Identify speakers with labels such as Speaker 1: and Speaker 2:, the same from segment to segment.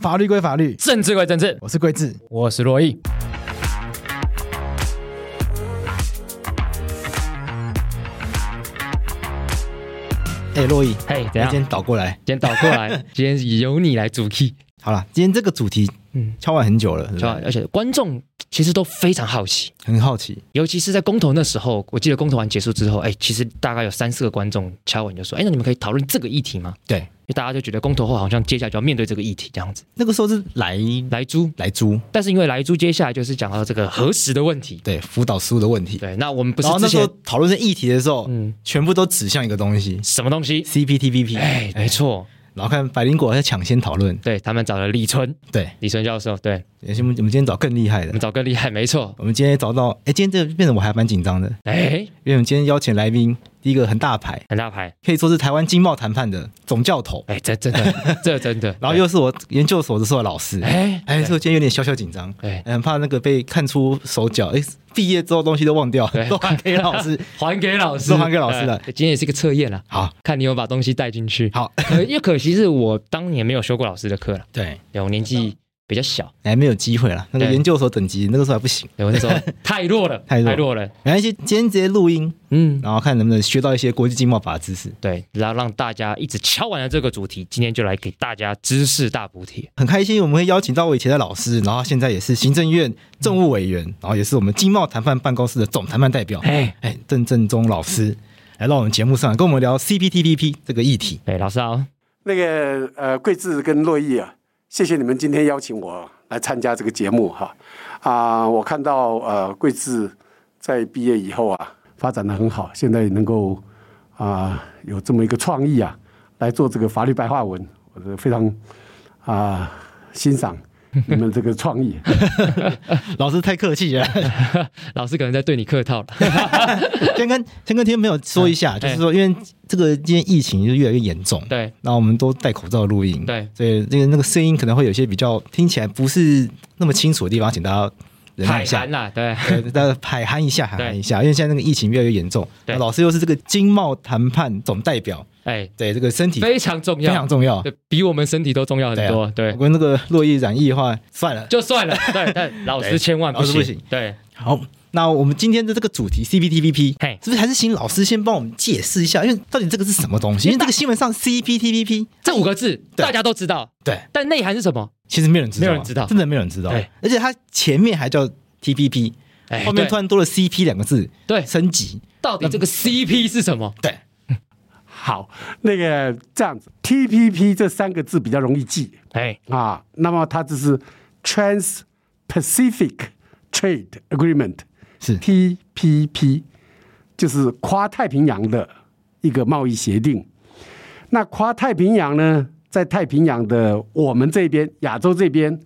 Speaker 1: 法律归法律，
Speaker 2: 政治归政治，
Speaker 1: 我是桂智。
Speaker 2: 我是洛毅。
Speaker 1: 哎、洛伊，
Speaker 2: 嘿，怎
Speaker 1: 今
Speaker 2: 样？
Speaker 1: 天倒过来。
Speaker 2: 今天倒 过来，今天由你来主 key。
Speaker 1: 好了，今天这个主题
Speaker 2: 嗯，
Speaker 1: 敲完很久了，对不
Speaker 2: 就
Speaker 1: 对
Speaker 2: 而且观众其实都非常好奇，
Speaker 1: 很好奇。
Speaker 2: 尤其是在公投那时候，我记得公投完结束之后，哎，其实大概有三四个观众敲完就说，哎，那你们可以讨论这个议题吗？
Speaker 1: 对，
Speaker 2: 因为大家就觉得公投后好像接下来就要面对这个议题这样子。
Speaker 1: 那个时候是来
Speaker 2: 莱猪，
Speaker 1: 来租，
Speaker 2: 但是因为莱猪接下来就是讲到这个核实的问题。
Speaker 1: 对辅导书的问题。
Speaker 2: 对，那我们不是
Speaker 1: 然后那
Speaker 2: 之
Speaker 1: 时
Speaker 2: 前
Speaker 1: 候讨论这议题的时候，
Speaker 2: 嗯
Speaker 1: 全部都指向一个东西
Speaker 2: 什么东西？
Speaker 1: ，CPTPP。
Speaker 2: 哎，没错，
Speaker 1: 然后看百灵果在抢先讨论，
Speaker 2: 对他们找了李春，
Speaker 1: 对，哎
Speaker 2: 李春教授，对
Speaker 1: 我们我们今天找更厉害
Speaker 2: 我
Speaker 1: 的
Speaker 2: 们，找更厉害，没错。
Speaker 1: 我们今天找到，哎，今天这个变成我还蛮紧张的，
Speaker 2: 哎，
Speaker 1: 因为我们今天邀请来宾，第一个很大牌，
Speaker 2: 很大牌，
Speaker 1: 可以说是台湾经贸谈判的总教头，
Speaker 2: 哎，这真的，这真的。
Speaker 1: 然后又是我研究所的时候的老师，
Speaker 2: 哎
Speaker 1: 哎，所以我今天有点小小紧张，
Speaker 2: 哎，
Speaker 1: 很怕那个被看出手脚，哎，毕业之后东西都忘掉，
Speaker 2: 对
Speaker 1: 都还给老 师。
Speaker 2: 还给老师，
Speaker 1: 都还给老师了
Speaker 2: 哎今天也是一个测验啦，
Speaker 1: 好，
Speaker 2: 看你有把东西带进去。
Speaker 1: 好，
Speaker 2: 可也可惜是我当年没有修过老师的课了，
Speaker 1: 对，
Speaker 2: 对我年纪比较小，
Speaker 1: 还没有机会了，那个
Speaker 2: 对
Speaker 1: 研究所等级那个时候还不行，
Speaker 2: 对我 那时候太弱了，
Speaker 1: 太弱
Speaker 2: 了。
Speaker 1: 没关系，今天直接录音，
Speaker 2: 嗯，
Speaker 1: 然后看能不能学到一些国际经贸法的知识，
Speaker 2: 对，然后让大家一直敲完了这个主题，今天就来给大家知识大补贴。
Speaker 1: 很开心，我们会邀请到我以前的老师，然后现在也是行政院政务委员，然后也是我们经贸谈判办公室的总谈判代表，
Speaker 2: 哎，
Speaker 1: 哎，郑正中老师来到我们节目上跟我们聊 CPTPP 这个议题。
Speaker 2: 对，老师好，
Speaker 3: 那个呃，桂智跟洛毅啊，谢谢你们今天邀请我来参加这个节目哈。啊、我看到呃，桂智在毕业以后啊，发展的很好，现在能够啊、有这么一个创意啊，来做这个法律白话文，我是非常啊、欣赏你们这个创意。
Speaker 1: 老师太客气了，
Speaker 2: 老师可能在对你 客套了。
Speaker 1: 先 跟先跟听众朋友说一
Speaker 2: 哎
Speaker 1: 下，就是说，因为这个今天疫情就越来越严重，
Speaker 2: 对
Speaker 1: 那我们都戴口罩录音，
Speaker 2: 对，
Speaker 1: 所以这个那个声音可能会有些比较听起来不是那么清楚的地方，请大家忍耐
Speaker 2: 海
Speaker 1: 一下
Speaker 2: 南。啦，对，
Speaker 1: 呃，大家海涵一下，海涵一下，因为现在那个疫情越来越严重。
Speaker 2: 对
Speaker 1: 那老师又是这个经贸谈判总代表，
Speaker 2: 哎，
Speaker 1: 对这个身体非
Speaker 2: 非常重要，
Speaker 1: 常重要。啊
Speaker 2: 对比我们身体都重要很多。对
Speaker 1: 我，跟那个洛伊染疫的话，算 了。
Speaker 2: 就算了，对， 但老师
Speaker 1: 对
Speaker 2: 千万
Speaker 1: 老师不行
Speaker 2: 对，
Speaker 1: 好，那我们今天的这个主题 CPTPP，
Speaker 2: 嘿
Speaker 1: 是不是还是请老师先帮我们解释一下？因为到底这个是什么东西？因为这个新闻上 CPTPP，
Speaker 2: 这五个字
Speaker 1: 对
Speaker 2: 大家都知道，
Speaker 1: 对，
Speaker 2: 但内涵是什么？
Speaker 1: 其实没有人知道，
Speaker 2: 没有人知道
Speaker 1: 真的没有人知道
Speaker 2: 对。
Speaker 1: 而且它前面还叫 TPP，
Speaker 2: 哎，
Speaker 1: 后面
Speaker 2: 对
Speaker 1: 突然多了 CP 两个字，
Speaker 2: 对，
Speaker 1: 升级。
Speaker 2: 到底这个 CP 是什么？
Speaker 1: 对，
Speaker 3: 好，那个这样子，TPP 这三个字比较容易记。
Speaker 2: 哎，
Speaker 3: 啊，那么它这是 Trans-Pacific Trade Agreement，
Speaker 1: 是
Speaker 3: TPP，就是跨太平洋的一个贸易协定。那跨太平洋呢，在太平洋的我们这边，亚洲这边，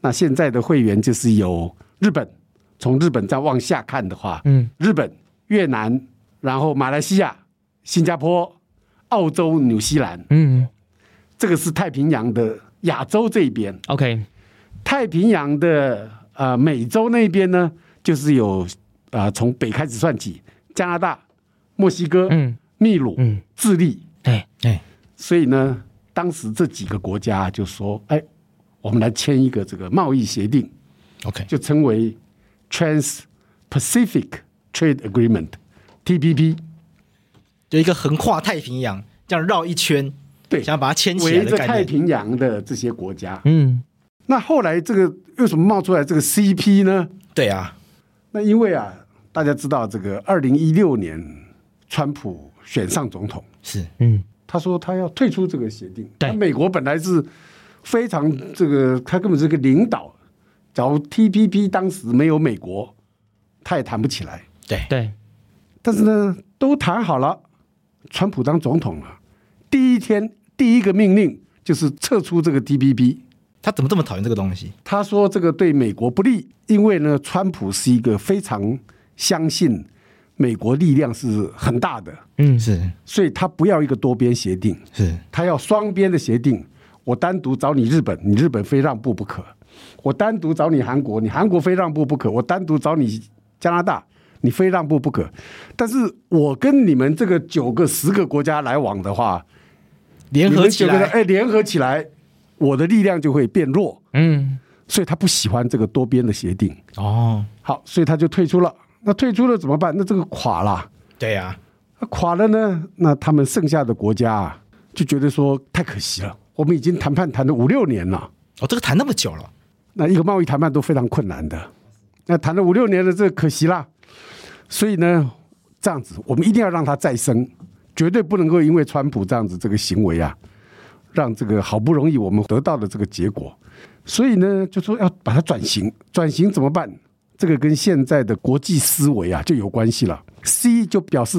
Speaker 3: 那现在的会员就是有日本，从日本再往下看的话，
Speaker 2: 嗯，
Speaker 3: 日本、越南，然后马来西亚、新加坡、澳洲、纽西兰，
Speaker 2: 嗯
Speaker 3: 这个是太平洋的亚洲这一边，
Speaker 2: ，OK，
Speaker 3: 太平洋的呃美洲那边呢，就是有啊从北开始算起，加拿大、墨西哥、
Speaker 2: 嗯
Speaker 3: 秘鲁、
Speaker 2: 嗯，
Speaker 3: 智利，
Speaker 2: 哎，
Speaker 1: 哎，
Speaker 3: 所以呢，当时这几个国家就说，哎，我们来签一个这个贸易协定，
Speaker 1: OK，
Speaker 3: 就称为 Trans-Pacific Trade Agreement（TPP）。
Speaker 1: 就一个横跨太平洋，这样绕一圈，
Speaker 3: 对，
Speaker 1: 想要把它牵起
Speaker 3: 围
Speaker 1: 来
Speaker 3: 着
Speaker 1: 的
Speaker 3: 太
Speaker 1: 概念。
Speaker 3: 平洋的这些国家，
Speaker 2: 嗯，
Speaker 3: 那后来这个为什么冒出来这个 CP 呢？
Speaker 1: 对啊，
Speaker 3: 那因为啊，大家知道这个二零一六年，川普选上总统，
Speaker 1: 是
Speaker 2: 嗯，
Speaker 3: 他说他要退出这个协定。
Speaker 2: 对
Speaker 3: 那美国本来是非常这个，他根本是个领导。假如 TPP 当时没有美国，他也谈不起来。
Speaker 1: 对
Speaker 2: 对，
Speaker 3: 但是呢，都谈好了，川普当总统了，第一天第一个命令就是撤出这个 TPP。
Speaker 1: 他怎么这么讨厌这个东西？
Speaker 3: 他说这个对美国不利，因为呢，川普是一个非常相信美国力量是很大的，
Speaker 2: 嗯，
Speaker 1: 是
Speaker 3: 所以他不要一个多边协定，
Speaker 1: 是，
Speaker 3: 他要双边的协定。我单独找你日本，你日本非让步不可；我单独找你韩国，你韩国非让步不可；我单独找你加拿大，你非让步不可。但是我跟你们这个九个、十个国家来往的话，
Speaker 1: 联合起
Speaker 3: 你们九个人哎
Speaker 1: 来，
Speaker 3: 哎，联合起来，我的力量就会变弱，
Speaker 2: 嗯，
Speaker 3: 所以他不喜欢这个多边的协定。
Speaker 1: 哦，
Speaker 3: 好，所以他就退出了。那退出了怎么办？那这个垮了，
Speaker 1: 对啊呀、
Speaker 3: 那垮了呢？那他们剩下的国家啊，就觉得说太可惜了，我们已经谈判谈了五六年了。
Speaker 1: 哦，这个谈那么久了，
Speaker 3: 那一个贸易谈判都非常困难的。那谈了五六年了，这可惜啦。所以呢，这样子我们一定要让它再生，绝对不能够因为川普这样子这个行为啊，让这个好不容易我们得到的这个结果，所以呢，就说要把它转型。转型怎么办？这个跟现在的国际思维啊就有关系了。C 就表示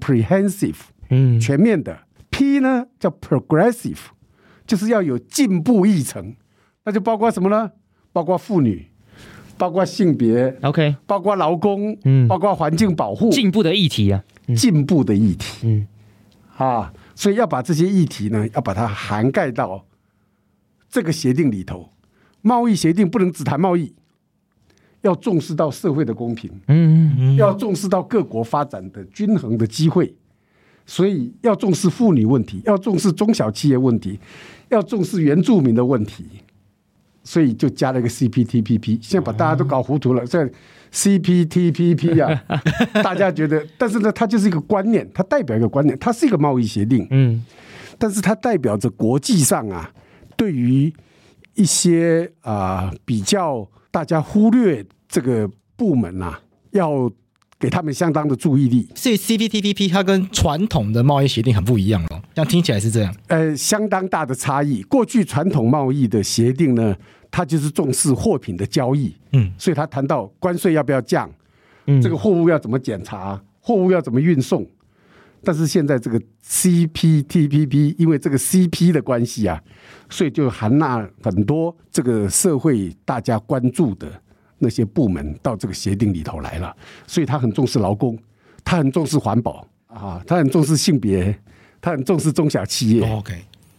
Speaker 3: comprehensive，
Speaker 2: 嗯
Speaker 3: 全面的。P 呢叫 progressive，就是要有进步议程，那就包括什么呢？包括妇女，包括性别，
Speaker 2: ，OK，
Speaker 3: 包括劳工，
Speaker 2: 嗯
Speaker 3: 包括环境保护，
Speaker 2: 进步的议题啊，
Speaker 3: 进步的议题
Speaker 2: 嗯，
Speaker 3: 啊，所以要把这些议题呢，要把它涵盖到这个协定里头。贸易协定不能只谈贸易，要重视到社会的公平，
Speaker 2: 嗯，
Speaker 3: 要重视到各国发展的均衡的机会，所以要重视妇女问题，要重视中小企业问题，要重视原住民的问题，所以就加了一个 CPTPP。现在把大家都搞糊涂了，这 CPTPP 啊，大家觉得，但是呢，它就是一个观念，它代表一个观念，它是一个贸易协定，
Speaker 2: 嗯，
Speaker 3: 但是它代表着国际上啊，对于一些啊、比较大家忽略这个部门啊，要给他们相当的注意力，
Speaker 1: 所以 CPTPP 它跟传统的贸易协定很不一样哦，这样听起来是这样。
Speaker 3: 呃，相当大的差异。过去传统贸易的协定呢，它就是重视货品的交易，
Speaker 1: 嗯，
Speaker 3: 所以他谈到关税要不要降，这个货物要怎么检查，货物要怎么运送。但是现在这个 CPTPP，因为这个 CP 的关系啊，所以就含纳很多这个社会大家关注的那些部门到这个协定里头来了。所以他很重视劳工，他很重视环保啊，他很重视性别，他很重视中小企业。
Speaker 1: 哦 OK，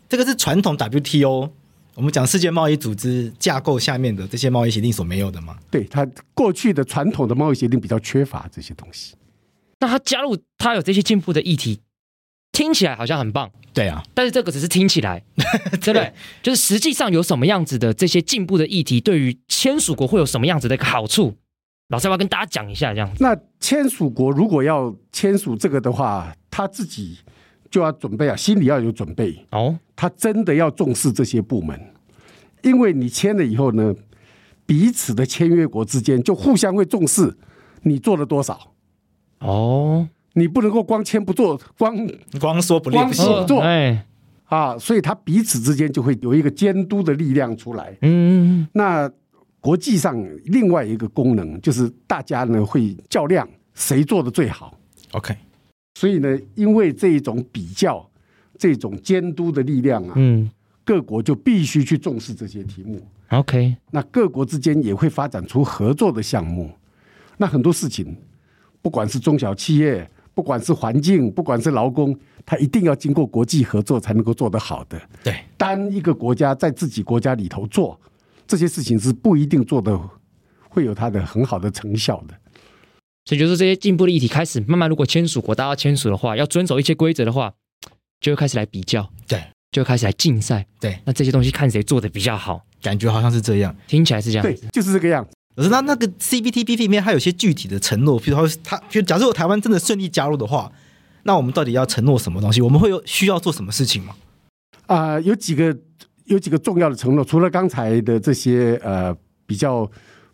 Speaker 1: 这个是传统 WTO，我们讲世界贸易组织架构下面的这些贸易协定所没有的嘛。
Speaker 3: 对他过去的传统的贸易协定比较缺乏这些东西。
Speaker 2: 那他加入他有这些进步的议题，听起来好像很棒，
Speaker 1: 对啊，
Speaker 2: 但是这个只是听 起来，对不对？就是实际上有什么样子的这些进步的议题，对于签署国会有什么样子的一个好处？老师要不要跟大家讲一下这样子？
Speaker 3: 那签署国如果要签署这个的话，他自己就要准备啊，心里要有准备，
Speaker 2: 哦，
Speaker 3: 他真的要重视这些部门，因为你签了以后呢，彼此的签约国之间就互相会重视你做了多少，
Speaker 2: 哦，
Speaker 3: 你不能够光签不做，光
Speaker 1: 光说不练不
Speaker 3: 光说
Speaker 1: 行。
Speaker 3: 合作
Speaker 2: 哎，
Speaker 3: 啊，所以他彼此之间就会有一个监督的力量出来。
Speaker 2: 嗯，
Speaker 3: 那国际上另外一个功能就是大家呢会较量谁做的最好，
Speaker 1: OK，
Speaker 3: 所以呢，因为这一种比较、这种监督的力量啊，
Speaker 2: 嗯
Speaker 3: 各国就必须去重视这些题目。
Speaker 2: ，OK，
Speaker 3: 那各国之间也会发展出合作的项目。那很多事情，不管是中小企业，不管是环境，不管是劳工，它一定要经过国际合作才能够做得好的。
Speaker 1: 对，
Speaker 3: 单一个国家在自己国家里头做这些事情是不一定做的会有它的很好的成效的。
Speaker 2: 所以就是这些进步的议题开始慢慢，如果签署国大家要签署的话，要遵守一些规则的话，就会开始来比较，
Speaker 1: 对，
Speaker 2: 就会开始来竞赛，
Speaker 1: 对，
Speaker 2: 那这些东西看谁做的比较好，
Speaker 1: 感觉好像是这样。
Speaker 2: 听起来是这样
Speaker 3: 对
Speaker 2: 子，，
Speaker 3: 就是这个样子。
Speaker 1: 可是那那个 CPTPP 里面它有些具体的承诺，譬如说它，譬如假设台湾真的顺利加入的话，那我们到底要承诺什么东西？我们会有需要做什么事情吗？
Speaker 3: 啊、有几个有几个重要的承诺，除了刚才的这些呃比较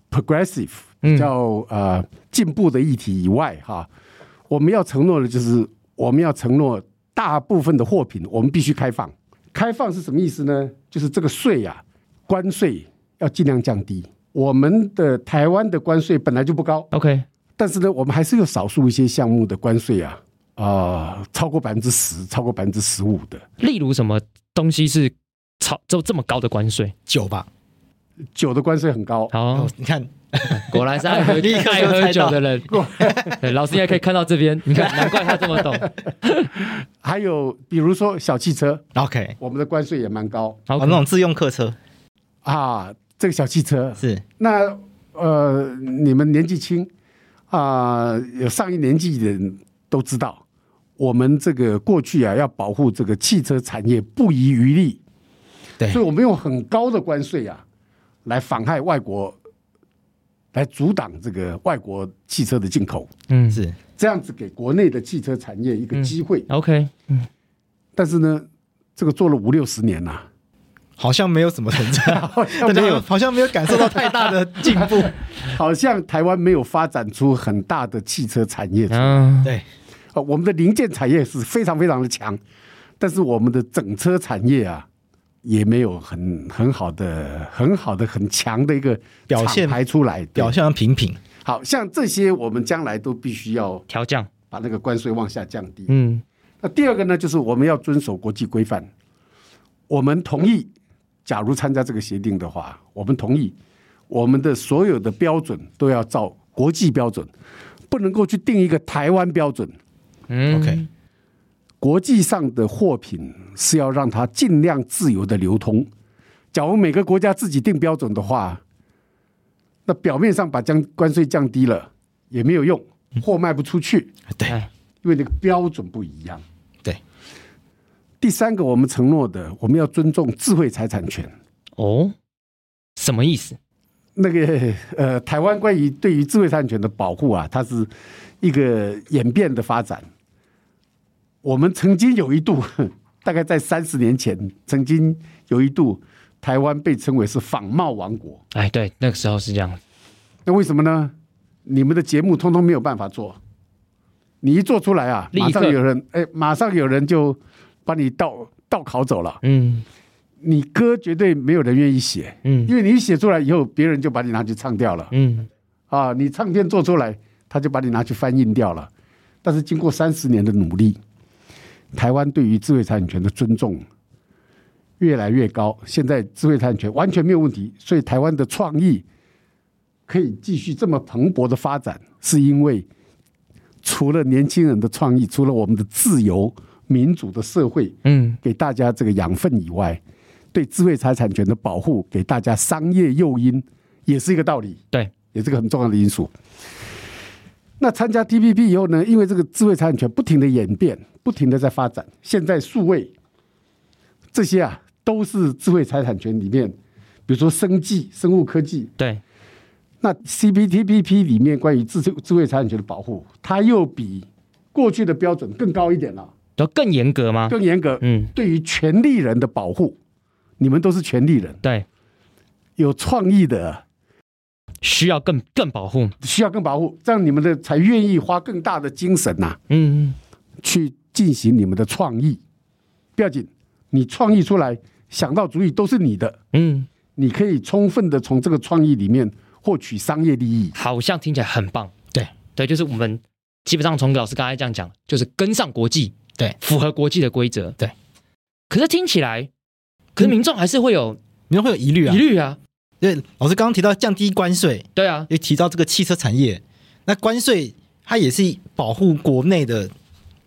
Speaker 3: progressive、
Speaker 2: 嗯
Speaker 3: 比较呃进步的议题以外，哈，我们要承诺的就是我们要承诺大部分的货品我们必须开放。开放是什么意思呢？就是这个税啊，关税要尽量降低。我们的台湾的关税本来就不高，
Speaker 2: ，OK，
Speaker 3: 但是呢，我们还是有少数一些项目的关税啊，啊、超过百分之十，超过百分之十五的。
Speaker 2: 例如什么东西是超这这么高的关税，
Speaker 1: 酒吧，
Speaker 3: 酒的关税很高，
Speaker 2: 哦
Speaker 1: 哦，，你看
Speaker 2: 果然是爱喝
Speaker 1: 立刻就
Speaker 2: 爱喝酒的 人，对老师应该可以看到这边，你看难怪他这么懂
Speaker 3: 还有比如说小汽车，
Speaker 1: ，OK，
Speaker 3: 我们的关税也蛮高
Speaker 1: 哦，那种自用客车
Speaker 3: 啊。这个小汽车，
Speaker 1: 是
Speaker 3: 那呃，你们年纪轻啊、有上一年纪的人都知道，我们这个过去啊，要保护这个汽车产业不遗余力，
Speaker 1: 对
Speaker 3: 所以我们用很高的关税啊，来妨害外国，来阻挡这个外国汽车的进口，
Speaker 2: 嗯
Speaker 1: 是
Speaker 3: 这样子给国内的汽车产业一个机会。
Speaker 2: ，OK，嗯，
Speaker 3: 但是呢，这个做了五六十年了、
Speaker 1: 好像没有什么成长，大家有 好像没有感受到太大的进步。
Speaker 3: 好像台湾没有发展出很大的汽车产业。啊、
Speaker 2: 嗯，
Speaker 1: 对，
Speaker 3: 我们的零件产业是非常非常的强，但是我们的整车产业啊，也没有很很好的、很好的、很强的一个
Speaker 1: 表现
Speaker 3: 厂牌出来。对
Speaker 1: 表现上平平，
Speaker 3: 好像这些，我们将来都必须要
Speaker 2: 调降，
Speaker 3: 把那个关税往下降低。
Speaker 2: 嗯
Speaker 3: 那第二个呢，就是我们要遵守国际规范。我们同意，假如参加这个协定的话，我们同意，我们的所有的标准都要照国际标准，不能够去定一个台湾标准。
Speaker 2: 嗯
Speaker 1: OK
Speaker 3: 国际上的货品是要让它尽量自由的流通。假如每个国家自己定标准的话，那表面上把将关税降低了也没有用，货卖不出去，
Speaker 1: 对
Speaker 2: 哎
Speaker 3: 因为那个标准不一样。
Speaker 1: 对，
Speaker 3: 第三个，我们承诺的，我们要尊重智慧财产权。
Speaker 2: 哦，什么意思？
Speaker 3: 那个呃，台湾关于对于智慧财产权的保护啊，它是一个演变的发展。我们曾经有一度， 大概在三十年前，曾经有一度，台湾被称为是仿冒王国。
Speaker 2: 哎，对，那个时候是这样，
Speaker 3: 那为什么呢？你们的节目通通没有办法做，你一做出来啊，
Speaker 2: 立刻
Speaker 3: 马上有人哎，马上有人就把你盗盗拷走了。
Speaker 2: 嗯
Speaker 3: 你歌绝对没有人愿意写，
Speaker 2: 嗯
Speaker 3: 因为你一写出来以后，别人就把你拿去唱掉了
Speaker 2: 嗯，
Speaker 3: 啊！你唱片做出来，他就把你拿去翻印掉了。但是经过三十年的努力，台湾对于智慧财产权的尊重越来越高，现在智慧财产权完全没有问题，所以台湾的创意可以继续这么蓬勃的发展，是因为除了年轻人的创意，除了我们的自由民主的社会，
Speaker 2: 嗯
Speaker 3: 给大家这个养分以外，对智慧财产权的保护，给大家商业诱因，也是一个道理，
Speaker 2: 对，
Speaker 3: 也是个很重要的因素。那参加 TPP 以后呢，因为这个智慧财产权不停的演变，不停的在发展，现在数位这些啊，都是智慧财产权里面，比如说生技、生物科技，
Speaker 2: 对，
Speaker 3: 那 CPTPP 里面关于智智慧财产权的保护，它又比过去的标准更高一点了，
Speaker 2: 都更严格吗？
Speaker 3: 更严格。
Speaker 2: 嗯，
Speaker 3: 对于权利人的保护，你们都是权利人，
Speaker 2: 对，
Speaker 3: 有创意的
Speaker 2: 需要更更保护，
Speaker 3: 需要更保护，这样你们的才愿意花更大的精神呐、
Speaker 2: 嗯，
Speaker 3: 去进行你们的创意。不要紧，你创意出来想到主意都是你的，
Speaker 2: 嗯，
Speaker 3: 你可以充分的从这个创意里面获取商业利益。
Speaker 2: 好像听起来很棒。
Speaker 1: 对
Speaker 2: 对，就是我们基本上从老师刚才这样讲，就是跟上国际，
Speaker 1: 对，
Speaker 2: 符合国际的规则，
Speaker 1: 对。
Speaker 2: 可是听起来，可是民众还是会有
Speaker 1: 你们会有疑虑啊
Speaker 2: 疑？虑啊，
Speaker 1: 因为老师刚刚提到降低关税，
Speaker 2: 对啊，
Speaker 1: 又提到这个汽车产业，那关税它也是保护国内的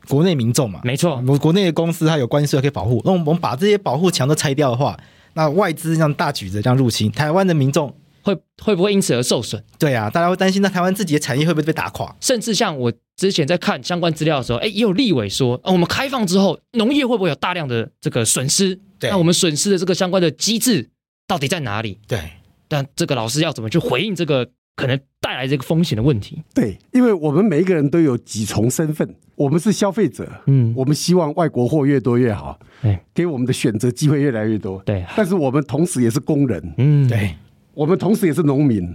Speaker 1: 国内民众嘛，
Speaker 2: 没错，
Speaker 1: 我国内的公司它有关税可以保护，那我们把这些保护墙都拆掉的话，那外资这样大举的这样入侵台湾的民众，
Speaker 2: 会会不会因此而受损？
Speaker 1: 对啊，大家会担心那台湾自己的产业会不会被打垮？
Speaker 2: 甚至像我之前在看相关资料的时候，哎，也有立委说，哦，我们开放之后，农业会不会有大量的这个损失？
Speaker 1: 对
Speaker 2: 那我们损失的这个相关的机制到底在哪里？
Speaker 1: 对，
Speaker 2: 但这个老师要怎么去回应这个可能带来这个风险的问题？
Speaker 3: 对，因为我们每一个人都有几重身份，我们是消费者，
Speaker 2: 嗯，
Speaker 3: 我们希望外国货越多越好，
Speaker 2: 对
Speaker 3: 给我们的选择机会越来越多。
Speaker 2: 对
Speaker 3: 但是我们同时也是工人，
Speaker 2: 嗯，
Speaker 1: 对，
Speaker 3: 我们同时也是农民，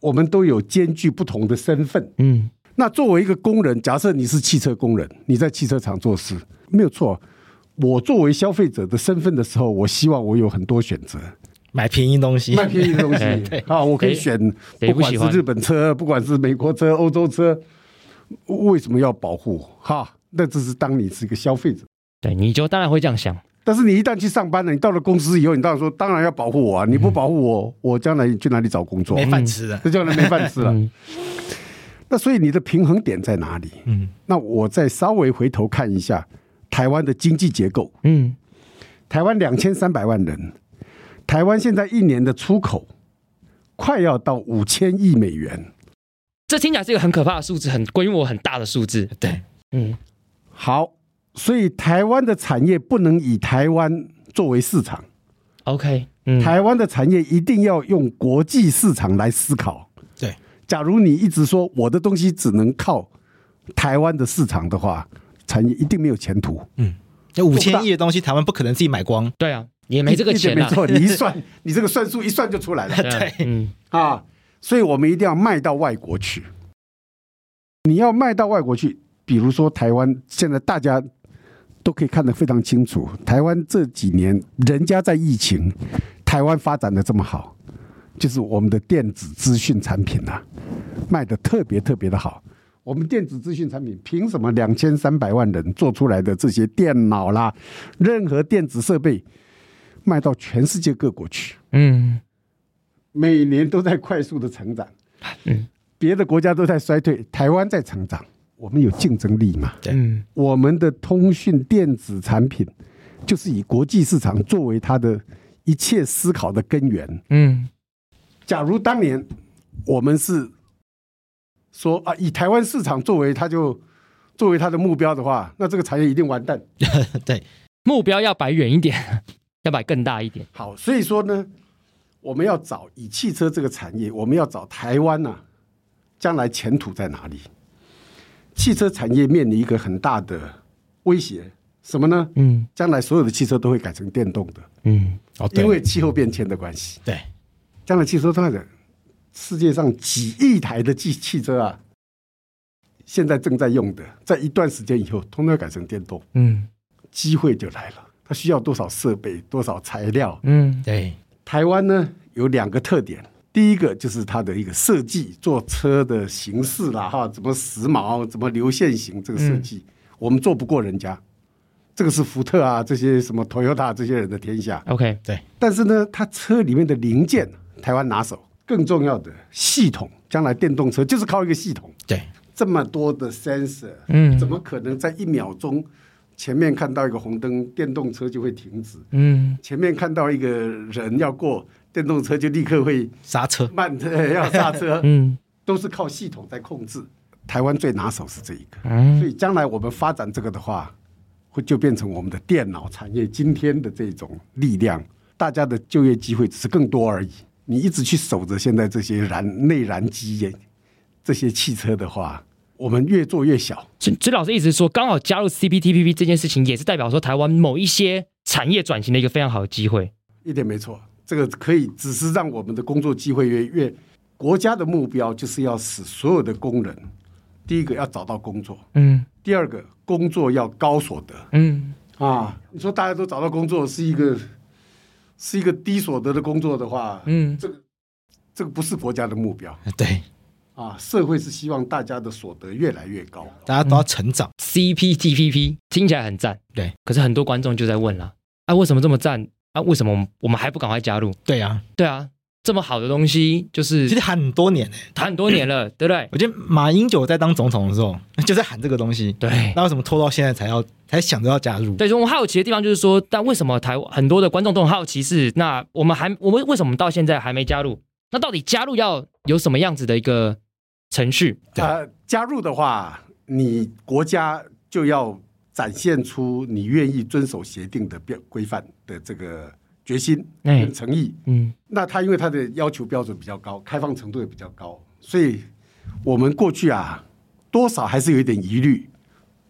Speaker 3: 我们都有兼具不同的身份。
Speaker 2: 嗯，
Speaker 3: 那作为一个工人，假设你是汽车工人，你在汽车厂做事，没有错。我作为消费者的身份的时候，我希望我有很多选择，
Speaker 1: 买便宜东西，
Speaker 3: 卖便宜的东
Speaker 2: 哎
Speaker 3: 西
Speaker 2: 对
Speaker 3: 啊，我可以
Speaker 2: 谁
Speaker 3: 选，
Speaker 2: 谁
Speaker 3: 不
Speaker 2: 不
Speaker 3: 管
Speaker 2: 喜
Speaker 3: 是
Speaker 2: 欢
Speaker 3: 日本车，不管是美国车、欧洲车，为什么要保护？哈，那这是当你是一个消费者。
Speaker 2: 对，你就当然会这样想，
Speaker 3: 但是你一旦去上班了，你到了公司以后，你当然说，当然要保护我啊！你不保护我，我将来去哪里找工作？啊
Speaker 1: 没饭吃的，
Speaker 3: 这叫人没饭吃了。
Speaker 2: 嗯
Speaker 3: 那所以你的平衡点在哪里？
Speaker 1: 嗯，
Speaker 3: 那我再稍微回头看一下台湾的经济结构。
Speaker 2: 嗯，
Speaker 3: 台湾两千三百万人，台湾现在一年的出口快要到五千亿美元。
Speaker 2: 这听起来是一个很可怕的数字，很规模很大的数字，
Speaker 1: 对，
Speaker 2: 嗯，
Speaker 3: 好，所以台湾的产业不能以台湾作为市场，
Speaker 2: OK，嗯，
Speaker 3: 台湾的产业一定要用国际市场来思考。
Speaker 1: 对，
Speaker 3: 假如你一直说我的东西只能靠台湾的市场的话，产业一定没有前途。
Speaker 1: 这五千亿的东西，台湾不可能自己买光。
Speaker 2: 对啊，也没这个
Speaker 3: 一点
Speaker 2: 钱
Speaker 3: 没
Speaker 2: 啊。
Speaker 3: 错，你一算， 你这个算术一算就出来了。
Speaker 2: 对啊，嗯，
Speaker 3: 啊，所以我们一定要卖到外国去。你要卖到外国去，比如说台湾，现在大家都可以看得非常清楚，台湾这几年人家在疫情，台湾发展的这么好，就是我们的电子资讯产品啊，卖的特别特别的好。我们电子资讯产品凭什么两千三百万人做出来的这些电脑啦，任何电子设备卖到全世界各国去？
Speaker 2: 嗯，
Speaker 3: 每年都在快速的成长，
Speaker 2: 嗯，
Speaker 3: 别的国家都在衰退，台湾在成长，我们有竞争力嘛？
Speaker 1: 对
Speaker 2: 嗯，
Speaker 3: 我们的通讯电子产品就是以国际市场作为它的一切思考的根源。
Speaker 2: 嗯，
Speaker 3: 假如当年我们是说啊，以台湾市场作为它就作为它的目标的话，那这个产业一定完蛋。
Speaker 1: 对，
Speaker 2: 目标要摆远一点， 要摆更大一点。
Speaker 3: 好，所以说呢，我们要找以汽车这个产业，我们要找台湾呐、将来前途在哪里？汽车产业面临一个很大的威胁，什么呢？
Speaker 2: 嗯
Speaker 3: 将来所有的汽车都会改成电动的，
Speaker 2: 嗯，
Speaker 1: 哦
Speaker 3: 因为气候变迁的关系。
Speaker 1: 对
Speaker 3: 将来汽车发展，世界上几亿台的汽汽车啊，现在正在用的，在一段时间以后，通通要改成电动，
Speaker 2: 嗯
Speaker 3: 机会就来了。它需要多少设备，多少材料，
Speaker 2: 嗯
Speaker 1: 对
Speaker 3: 台湾呢有两个特点，第一个就是它的一个设计，做车的形式啦，哈，怎么时髦，怎么流线型这个设计，我们做不过人家。这个是福特啊，这些什么 Toyota 这些人的天下。
Speaker 2: ，OK，
Speaker 3: 但是呢，它车里面的零件，台湾拿手。更重要的系统，将来电动车就是靠一个系统，
Speaker 1: 对
Speaker 3: 这么多的 sensor，
Speaker 2: 嗯
Speaker 3: 怎么可能在一秒钟前面看到一个红灯，电动车就会停止？
Speaker 2: 嗯
Speaker 3: 前面看到一个人要过，电动车就立刻会
Speaker 1: 刹车，
Speaker 3: 慢，呃要刹车，
Speaker 2: 嗯
Speaker 3: 都是靠系统在控制。台湾最拿手是这一个，所
Speaker 2: 嗯
Speaker 3: 以将来我们发展这个的话，会就变成我们的电脑产业今天的这种力量，大家的就业机会只是更多而已。你一直去守着现在这些燃内燃机、这些汽车的话，我们越做越小。
Speaker 2: 所以指老师一直说，刚好加入 CPTPP 这件事情，也是代表说台湾某一些产业转型的一个非常好的机会。
Speaker 3: 一点没错，这个可以只是让我们的工作机会越越。国家的目标就是要使所有的工人，第一个要找到工作，
Speaker 2: 嗯
Speaker 3: 第二个工作要高所得
Speaker 2: 嗯
Speaker 3: 啊。你说大家都找到工作是一个是一个低所得的工作的话，
Speaker 2: 嗯
Speaker 3: 这个这个不是国家的目标
Speaker 1: 对，
Speaker 3: 啊。社会是希望大家的所得越来越高。
Speaker 1: 大家都要成
Speaker 2: 嗯
Speaker 1: 长。
Speaker 2: ，CPTPP 听起来很赞，
Speaker 1: 对，
Speaker 2: 可是很多观众就在问了，啊，为什么这么赞？啊，为什么我们我们还不赶快加入？
Speaker 1: 对啊，
Speaker 2: 对啊，这么好的东西，就是
Speaker 1: 其实喊很多年呢、
Speaker 2: 谈很多年了，对不对？
Speaker 1: 我觉得马英九在当总统的时候 就在喊这个东西，
Speaker 2: 对。
Speaker 1: 那为什么拖到现在才要才想着要加入？
Speaker 2: 对，所以我好奇的地方就是说，但为什么台很多的观众都很好奇是，那我们还我们为什么到现在还没加入？那到底加入要有什么样子的一个程序？
Speaker 1: 对
Speaker 3: 呃，加入的话，你国家就要展现出你愿意遵守协定的标规范的这个决心
Speaker 2: 哎
Speaker 3: 跟诚意。
Speaker 2: 嗯
Speaker 3: 那它因为它的要求标准比较高，开放程度也比较高，所以我们过去啊，多少还是有一点疑虑。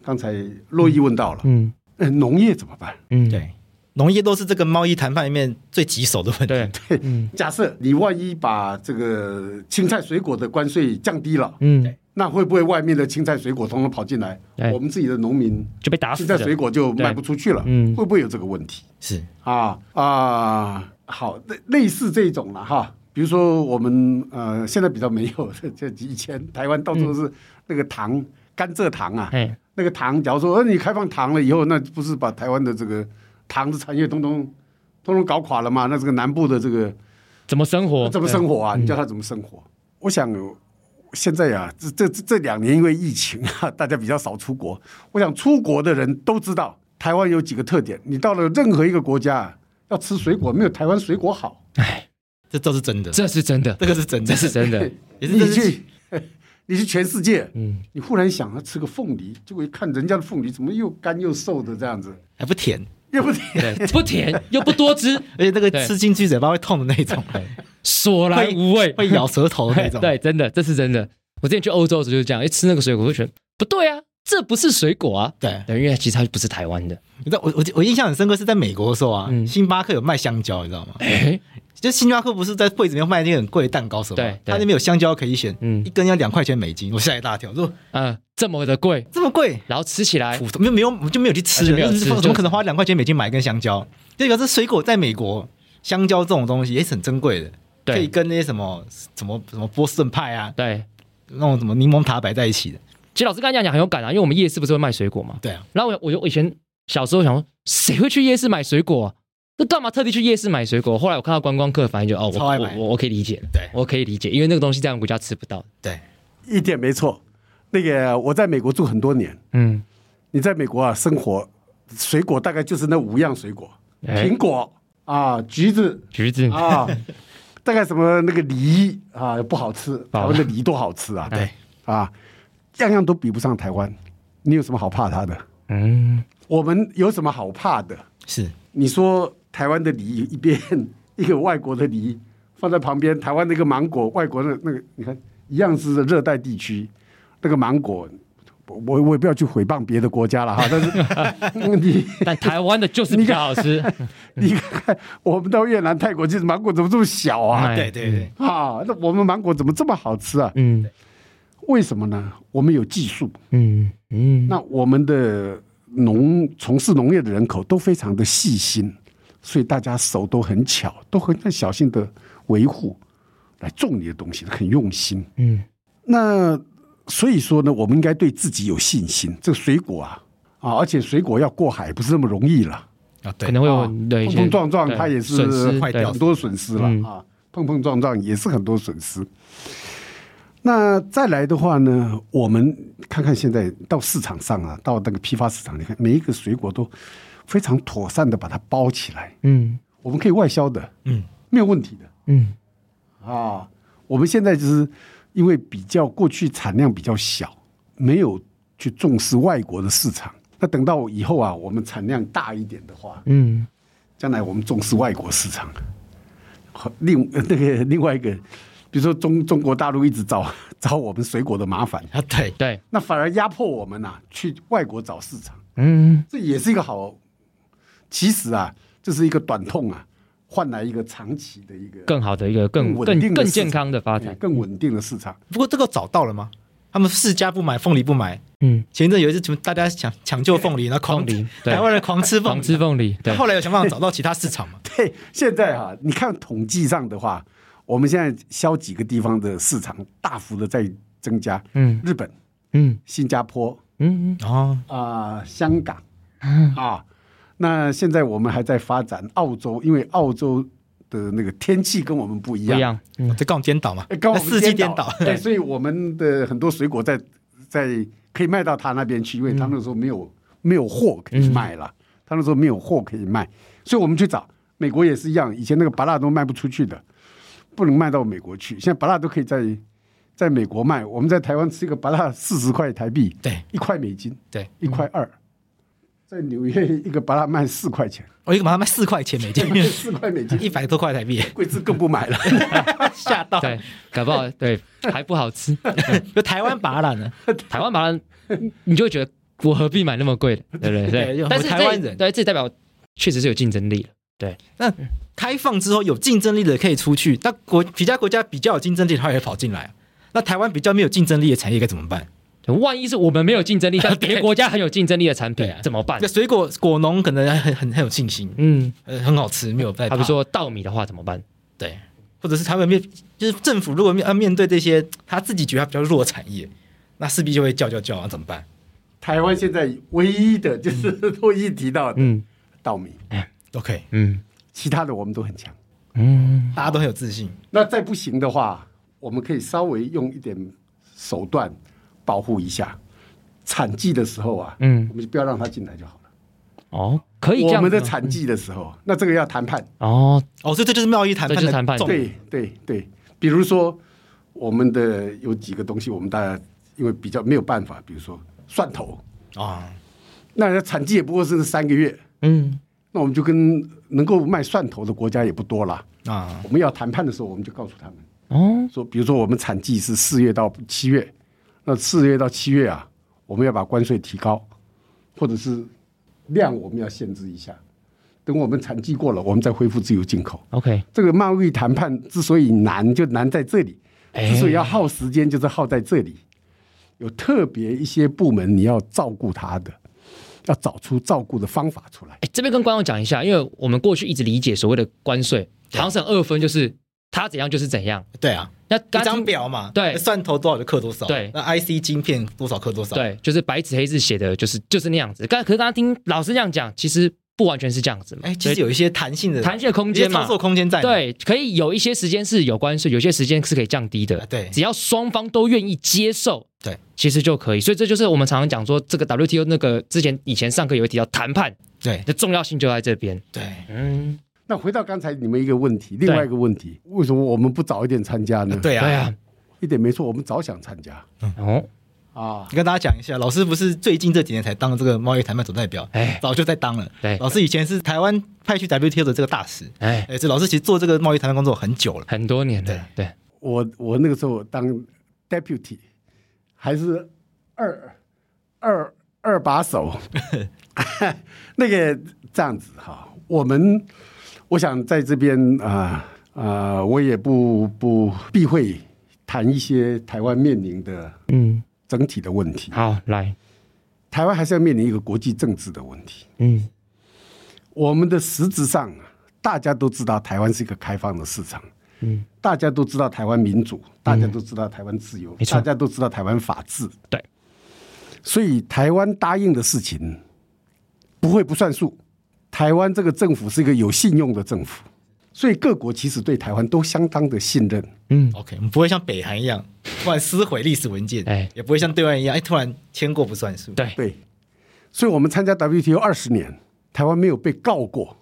Speaker 3: 刚才洛伊问到了，
Speaker 2: 嗯
Speaker 3: 呃农业怎么办？
Speaker 2: 嗯，
Speaker 1: 对，农业都是这个贸易谈判里面最棘手的问题。
Speaker 2: 对，嗯
Speaker 3: 假设你万一把这个青菜水果的关税降低了，
Speaker 2: 嗯，
Speaker 3: 那会不会外面的青菜水果通通跑进来
Speaker 2: 哎？
Speaker 3: 我们自己的农民
Speaker 2: 就被打死
Speaker 3: 现在水
Speaker 2: 了。
Speaker 3: 果就卖不出去了，
Speaker 2: 嗯
Speaker 3: 会不会有这个问题
Speaker 1: 是
Speaker 3: 啊啊？好，类类似这种了哈，比如说我们呃现在比较没有，这这以前台湾到处都是那个糖、甘蔗糖啊，
Speaker 2: 哎，
Speaker 3: 那个糖，假如说呃你开放糖了以后，那不是把台湾的这个糖的产业通通通通搞垮了吗？那这个南部的这个
Speaker 2: 怎么生活？
Speaker 3: 怎么生活啊？你叫他怎么生活？我想现在呀、这这这这两年因为疫情啊， 大家比较少出国。我想出国的人都知道，台湾有几个特点。你到了任何一个国家，要吃水果没有台湾水果好。
Speaker 2: 对？哎，
Speaker 1: 这都是真的，
Speaker 2: 这是真的，
Speaker 1: 这个是真的，
Speaker 2: 这是真 的。
Speaker 1: 也是
Speaker 3: 你
Speaker 1: 这是
Speaker 3: 去，你去全世界，
Speaker 2: 嗯，
Speaker 3: 你忽然想要吃个凤梨，结果一看人家的凤梨怎么又干又瘦的这样子，
Speaker 1: 还不甜，
Speaker 3: 又不提
Speaker 2: 对，不甜又不多汁，
Speaker 1: 而且那个
Speaker 2: 对
Speaker 1: 吃进去嘴巴会痛的那种，
Speaker 2: 索然
Speaker 1: 会
Speaker 2: 无味。
Speaker 1: 会咬舌 头的那种。
Speaker 2: 对，真的，这是真的。我之前去欧洲的时候就是这样，一吃那个水果，我就觉得不对啊，这不是水果啊。
Speaker 1: 对，
Speaker 2: 对，因为其实它不是台湾的。
Speaker 1: 你知道我我我印象很深刻是在美国的时候啊，
Speaker 2: 嗯
Speaker 1: 星巴克有卖香蕉，你知道吗？
Speaker 2: 哎，
Speaker 1: 就星巴克不是在柜子里面卖那个很贵的蛋糕什么？
Speaker 2: 对
Speaker 1: 它
Speaker 2: 对
Speaker 1: 那边有香蕉可以选，
Speaker 2: 嗯
Speaker 1: 一根要两块钱美金，我吓一大跳，我说
Speaker 2: 呃，这么的贵，
Speaker 1: 这么贵，
Speaker 2: 然后吃起来
Speaker 1: 普通没有没有我就没有去吃
Speaker 2: 啊就没有
Speaker 1: 就是
Speaker 2: 吃
Speaker 1: 怎
Speaker 2: 就
Speaker 1: 么可能花两块钱美金买一根香蕉？这个是水果在美国，香蕉这种东西也是很珍贵的，可以
Speaker 2: 对
Speaker 1: 跟那些什么什么什么波士顿派啊，
Speaker 2: 对。
Speaker 1: 那种什么柠檬塔摆在一起的，
Speaker 2: 其实老师刚才讲讲很有感啊，因为我们夜市不是会卖水果嘛。
Speaker 1: 对啊，
Speaker 2: 然后我我就我以前小时候想说，谁会去夜市买水果、啊？那干嘛特地去夜市买水果？后来我看到观光客的反应就哦，我
Speaker 1: 超爱
Speaker 2: 我
Speaker 1: 买
Speaker 2: 我我可以理解了，
Speaker 1: 对
Speaker 2: 我可以理解，因为那个东西在我们国家吃不到。
Speaker 1: 对，
Speaker 3: 一点没错。那个我在美国住很多年，
Speaker 2: 嗯，
Speaker 3: 你在美国啊生活，水果大概就是那五样水果：
Speaker 2: 哎
Speaker 3: 苹果啊、橘子
Speaker 2: 橘子，
Speaker 3: 啊，大概什么那个梨啊不好吃，
Speaker 2: 好哎
Speaker 3: 台湾的梨多好吃啊！
Speaker 2: 对
Speaker 3: 啊，样样都比不上台湾，你有什么好怕它的？
Speaker 2: 嗯，
Speaker 3: 我们有什么好怕的？
Speaker 1: 是
Speaker 3: 你说台湾的梨一边一个外国的梨放在旁边，台湾那个芒果，外国的那个你看一样是热带地区那个芒果，我我我也不要去诽谤别的国家了哈，但是 你
Speaker 2: 但台湾的就是比较 好吃。
Speaker 3: 你看我们到越南、泰国去，芒果怎么这么小啊？
Speaker 2: 哎
Speaker 1: 对对对，
Speaker 3: 啊，那我们芒果怎么这么好吃啊？
Speaker 2: 嗯
Speaker 3: 为什么呢？我们有技术，
Speaker 2: 嗯嗯，
Speaker 3: 那我们的农从事农业的人口都非常的细心，所以大家手都很巧，都很很小心的维护来种你的东西，很用心。
Speaker 2: 嗯
Speaker 3: 那所以说呢，我们应该对自己有信心。这个水果啊啊，而且水果要过海不是那么容易了，
Speaker 1: 啊，对
Speaker 2: 嗯可能会有
Speaker 3: 啊
Speaker 2: 对一
Speaker 3: 碰
Speaker 2: 些
Speaker 3: 碰撞撞
Speaker 2: 对
Speaker 3: 它也是
Speaker 2: 损失
Speaker 1: 坏掉
Speaker 2: 对
Speaker 3: 很多损失了、
Speaker 2: 嗯
Speaker 3: 啊，碰碰撞撞也是很多损失。那再来的话呢，我们看看现在到市场上啊，到那个批发市场，你看每一个水果都非常妥善的把它包起来，
Speaker 2: 嗯
Speaker 3: 我们可以外销的，
Speaker 1: 嗯，
Speaker 3: 没有问题的
Speaker 2: 嗯
Speaker 3: 啊。我们现在就是因为比较过去产量比较小，没有去重视外国的市场。那等到以后啊，我们产量大一点的话，
Speaker 2: 嗯，
Speaker 3: 将来我们重视外国市场。好另呃那个另外一个，比如说中中国大陆一直找 找我们水果的麻烦，
Speaker 1: 啊对，
Speaker 2: 对，
Speaker 3: 那反而压迫我们呐、去外国找市场，
Speaker 2: 嗯
Speaker 3: 这也是一个好。其实啊，这是一个短痛啊，换来一个长期的一个
Speaker 2: 更好的一个更
Speaker 3: 更稳定
Speaker 2: 更
Speaker 3: 的
Speaker 2: 更
Speaker 3: 市场
Speaker 2: 健康的发
Speaker 3: 哎
Speaker 2: 展。
Speaker 3: 更稳定的市场。
Speaker 1: 不过这个找到了吗？他们世家不买，凤梨不买。
Speaker 2: 嗯，
Speaker 1: 前一阵有一次，大家抢抢救凤梨，然后狂
Speaker 2: 凤梨对
Speaker 1: 台湾人狂吃凤
Speaker 2: 黄
Speaker 1: 梨
Speaker 2: 之，凤梨，对，
Speaker 1: 啊后来有想办法找到其他市 场嘛？
Speaker 3: 对，现在哈、你看统计上的话，我们现在销几个地方的市场大幅的在增加，
Speaker 2: 嗯
Speaker 3: 日本、
Speaker 2: 嗯
Speaker 3: 新加坡
Speaker 2: 嗯
Speaker 1: 哦，
Speaker 3: 啊、香港。
Speaker 2: 嗯，
Speaker 3: 啊。那现在我们还在发展澳洲，因为澳洲的那个天气跟我们不一
Speaker 2: 不
Speaker 3: 样，
Speaker 2: 一样，嗯
Speaker 1: 这刚好颠倒 嘛
Speaker 3: 哎，跟我，们
Speaker 1: 四季颠倒
Speaker 3: 倒，，对，所以我们的很多水果在在可以卖到他那边去，因为他那时候没有、没有货可以卖了，他那时候没有货可以卖，所以我们去找美国也是一样，以前那个巴拉都卖不出去的，不能卖到美国去，现在巴拉都可以在在美国卖，我们在台湾吃一个巴拉四十块台币，
Speaker 1: 对
Speaker 3: 一块美金，
Speaker 1: 对，
Speaker 3: 一块二，在纽约一个巴拉卖四块钱，
Speaker 1: 我一个马上卖四块钱美金，
Speaker 2: 嗯
Speaker 3: 四块美金，
Speaker 1: 一百多块台币，
Speaker 3: 贵资更不买了。
Speaker 1: 吓 到。
Speaker 2: 对，搞不好对还不好 吃。
Speaker 1: 就台湾拔了呢，
Speaker 2: 台湾麻辣，你就会觉得我何必买那么贵的，对不对？
Speaker 1: 对
Speaker 2: 对
Speaker 1: 有
Speaker 2: 但是这
Speaker 1: 台湾人
Speaker 2: 对，这代表确实是有竞争力了。对，
Speaker 1: 开放之后有竞争力的可以出去，那国其他国家比较有竞争力，他也会跑进来。啊那台湾比较没有竞争力的产业该怎么办？
Speaker 2: 万一是我们没有竞争力， 但别国家很有竞争力的产品
Speaker 1: 啊
Speaker 2: 怎么办
Speaker 1: 那？水果果农可能很很很有信心，
Speaker 2: 嗯，
Speaker 1: 呃，很好吃，没有在怕。
Speaker 2: 他比说稻米的话怎么办？
Speaker 1: 对，或者是他们面就是政府如果面要面对这些他自己觉得他比较弱的产业，那势必就会叫叫叫啊，怎么办？
Speaker 3: 台湾现在唯一的就是都一提到的
Speaker 2: 嗯
Speaker 3: 稻米，
Speaker 1: 都可以，
Speaker 2: 嗯
Speaker 3: 其他的我们都很强。
Speaker 2: 嗯
Speaker 1: 大家都很有自信。
Speaker 3: 那再不行的话，我们可以稍微用一点手段保护一下。产季的时候啊，
Speaker 2: 嗯，
Speaker 3: 我们就不要让它进来就好了。
Speaker 2: 哦，可以这
Speaker 3: 我
Speaker 2: 样
Speaker 3: 们
Speaker 2: 子
Speaker 3: 的
Speaker 2: 吗
Speaker 3: 产季的时候，那这个要谈判。
Speaker 2: 哦，
Speaker 1: 哦，所以这就是贸易谈判
Speaker 2: 这就是谈
Speaker 1: 的
Speaker 2: 判
Speaker 1: 重点。
Speaker 3: 对对对，比如说我们的有几个东西，我们大家因为比较没有办法，比如说蒜头，
Speaker 1: 啊，
Speaker 3: 那产季也不过是三个月，
Speaker 2: 嗯
Speaker 3: 那我们就跟能够卖蒜头的国家也不多了。
Speaker 1: 啊，
Speaker 3: 我们要谈判的时候，我们就告诉他们
Speaker 2: 哦，
Speaker 3: 说，比如说我们产季是四月到七月，那四月到七月啊，我们要把关税提高，或者是量我们要限制一下。等我们产季过了，我们再恢复自由进口。
Speaker 2: OK，
Speaker 3: 这个贸易谈判之所以难，就难在这里；
Speaker 2: 哎
Speaker 3: 之所以要耗时间，就是耗在这里。有特别一些部门，你要照顾他的，要找出照顾的方法出来。
Speaker 2: 哎，这边跟观众讲一下，因为我们过去一直理解所谓的关税，行省二分就是他怎样就是怎样。
Speaker 1: 对啊，
Speaker 2: 那
Speaker 1: 一
Speaker 2: 刚
Speaker 1: 张表嘛，
Speaker 2: 对
Speaker 1: 蒜头多少就克多少，
Speaker 2: 对
Speaker 1: 那 IC 晶片多少克多少，，
Speaker 2: 对，就是白纸黑字写的，就是就是那样子。刚可是刚刚听老师这样讲，其实不完全是这样子嘛。
Speaker 1: 哎，其实
Speaker 2: 对
Speaker 1: 有一些弹性的
Speaker 2: 弹性的空
Speaker 1: 一些
Speaker 2: 间嘛
Speaker 1: 操，作空间在，，
Speaker 2: 对，可以有一些时间是有关税，有些时间是可以降低的
Speaker 1: 啊。对
Speaker 2: 只要双方都愿意接受，
Speaker 1: 对，
Speaker 2: 其实就可以。所以这就是我们常常讲说，这个 WTO 那个之前以前上课有提到谈判
Speaker 1: 对，
Speaker 2: 的重要性就在这边。
Speaker 1: 对，
Speaker 2: 嗯，
Speaker 3: 那回到刚才你们一个问题，另外一个问题，为什么我们不早一点参加呢？，
Speaker 1: 对
Speaker 2: 对
Speaker 1: 啊。
Speaker 2: 啊，
Speaker 3: 一点没错，我们早想参加
Speaker 2: 哦，
Speaker 3: 啊。
Speaker 1: 跟大家讲一下，老师不是最近这几年才当这个贸易谈判总代表，
Speaker 2: 哎
Speaker 1: 早就在当了。
Speaker 2: 对
Speaker 1: 老师以前是台湾派去 WTO 的这个大使，
Speaker 2: 哎，
Speaker 1: 哎，这老师其实做这个贸易谈判工作很久了。
Speaker 2: 很多年了，对，
Speaker 3: 我我那个时候当 deputy，还是二二二把手，那个这样子哈。我们我想在这边啊啊、呃我也不不避讳谈一些台湾面临的
Speaker 2: 嗯，
Speaker 3: 整体的问题。
Speaker 2: 好，来，
Speaker 3: 台湾还是要面临一个国际政治的问题。
Speaker 2: 嗯，
Speaker 3: 我们的实质上啊，大家都知道台湾是一个开放的市场，
Speaker 2: 嗯，
Speaker 3: 大家都知道台湾民主，大家都知道台湾自由，
Speaker 2: 没错
Speaker 3: 大家都知道台湾法治，
Speaker 2: 对，
Speaker 3: 所以台湾答应的事情不会不算数。台湾这个政府是一个有信用的政府，所以各国其实对台湾都相当的信任。
Speaker 2: 嗯，
Speaker 1: OK，我们不会像北韩一样突然撕毁历史文件，
Speaker 2: 哎
Speaker 1: 也不会像对岸一样，哎，突然签过不算数。
Speaker 2: 对，
Speaker 3: 对，所以我们参加 WTO 二十年，台湾没有被告过，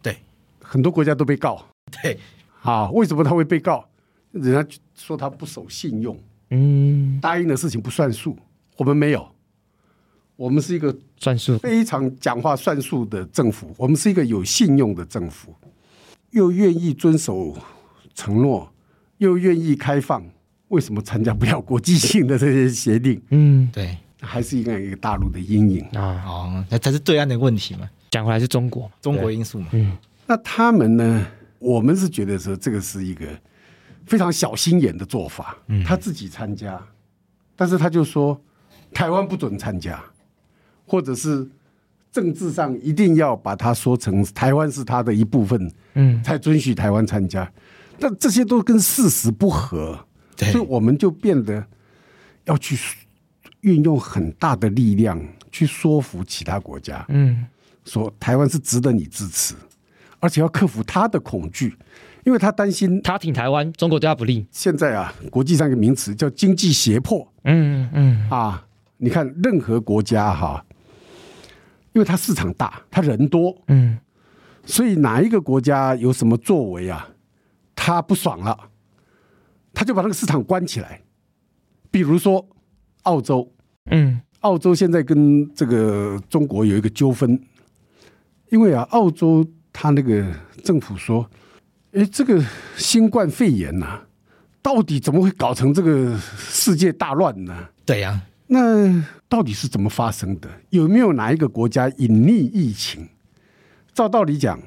Speaker 1: 对
Speaker 3: 很多国家都被告。
Speaker 1: 对，
Speaker 3: 啊，为什么他会被告？人家就说他不守信用，
Speaker 2: 嗯，
Speaker 3: 答应的事情不算数。我们没有，我们是一个
Speaker 2: 算数，
Speaker 3: 非常讲话算数的政府，我们是一个有信用的政府，又愿意遵守承诺，又愿意开放。为什么参加不了国际性的这些协定？
Speaker 2: 嗯，
Speaker 1: 对，
Speaker 3: 还是一个一个大陆的阴影。
Speaker 2: 啊，
Speaker 1: 哦，那才是对岸的问题嘛，
Speaker 2: 讲回来是中国嘛，
Speaker 1: 中国因素嘛。
Speaker 2: 嗯
Speaker 3: 那他们呢？我们是觉得说这个是一个非常小心眼的做法。
Speaker 2: 嗯
Speaker 3: 他自己参加，但是他就说台湾不准参加，或者是政治上一定要把它说成台湾是他的一部分，
Speaker 2: 嗯，
Speaker 3: 才准许台湾参加。但这些都跟事实不合，
Speaker 1: 对
Speaker 3: 所以我们就变得要去运用很大的力量去说服其他国家。
Speaker 2: 嗯，
Speaker 3: 说台湾是值得你支持，而且要克服他的恐惧，因为他担心
Speaker 2: 他挺台湾，中国对他不利，
Speaker 3: 现在啊，国际上一个名词叫经济胁迫
Speaker 2: 嗯嗯，
Speaker 3: 啊。你看任何国家哈、因为它市场大，它人多，
Speaker 2: 嗯，
Speaker 3: 所以哪一个国家有什么作为啊，他不爽了，他就把那个市场关起来。比如说澳洲，
Speaker 2: 嗯，
Speaker 3: 澳洲现在跟这个中国有一个纠纷，因为啊，澳洲他那个政府说，诶，这个新冠肺炎呐、到底怎么会搞成这个世界大乱呢？
Speaker 1: 对呀、
Speaker 3: 那到底是怎么发生的？有没有哪一个国家隐匿疫情？照道理讲，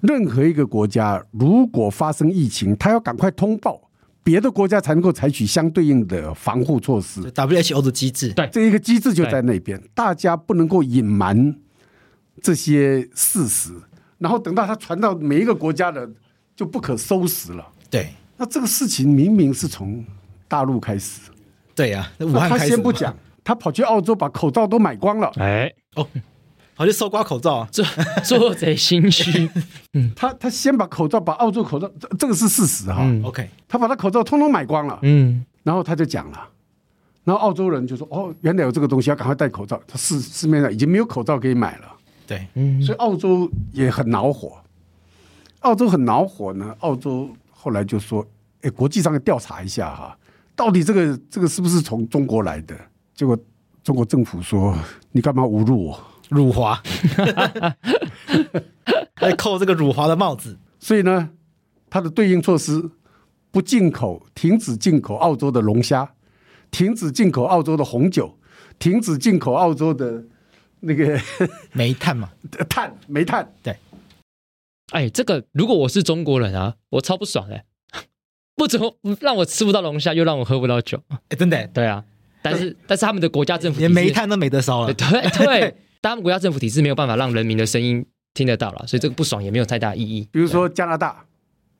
Speaker 3: 任何一个国家如果发生疫情，他要赶快通报，别的国家才能够采取相对应的防护措施
Speaker 1: 就。WHO 的机制，
Speaker 2: 对
Speaker 3: 这一个机制就在那边，大家不能够隐瞒这些事实，然后等到它传到每一个国家的，就不可收拾了。
Speaker 1: 对
Speaker 3: 那这个事情明明是从大陆开始，
Speaker 1: 对呀、那武
Speaker 3: 那
Speaker 1: 汉
Speaker 3: 他
Speaker 1: 开始
Speaker 3: 先不
Speaker 1: 嘛
Speaker 3: 讲，他跑去澳洲把口罩都买光了，
Speaker 2: 哎，
Speaker 1: 哦，跑去搜刮口罩啊，
Speaker 2: 做做贼心虚，
Speaker 1: 嗯
Speaker 3: 他他先把口罩把澳洲口罩，这这个是事实哈，
Speaker 2: 嗯
Speaker 1: OK，
Speaker 3: 他把他口罩通通买光了，
Speaker 2: 嗯，
Speaker 3: 然后他就讲了。然后澳洲人就说：“哦，原来有这个东西，要赶快戴口罩。他市市面上已经没有口罩可以买了。”
Speaker 1: 对，
Speaker 2: 嗯
Speaker 3: 所以澳洲也很恼火。澳洲很恼火呢，澳洲后来就说：“哎，国际上要调查一下哈、到底这个这个是不是从中国来的？”结果中国政府说：“你干嘛侮辱我
Speaker 1: 辱华，？”来扣这个辱华的帽子。
Speaker 3: 所以呢，它的对应措施不进口、停止进口澳洲的龙虾，停止进口澳洲的红酒，停止进口澳洲的那个
Speaker 1: 煤炭嘛，
Speaker 3: 碳煤炭。
Speaker 2: 哎，这个如果我是中国人啊，我超不爽的、不怎么让我吃不到龙虾，又让我喝不到酒。
Speaker 1: 哎，真的，
Speaker 2: 对啊，但是但是他们的国家政府
Speaker 1: 连
Speaker 2: 体制
Speaker 1: 煤炭都没得烧了
Speaker 2: 对。对对，但他们国家政府体制没有办法让人民的声音听得到了，所以这个不爽也没有太大意义。
Speaker 3: 比如说加拿大，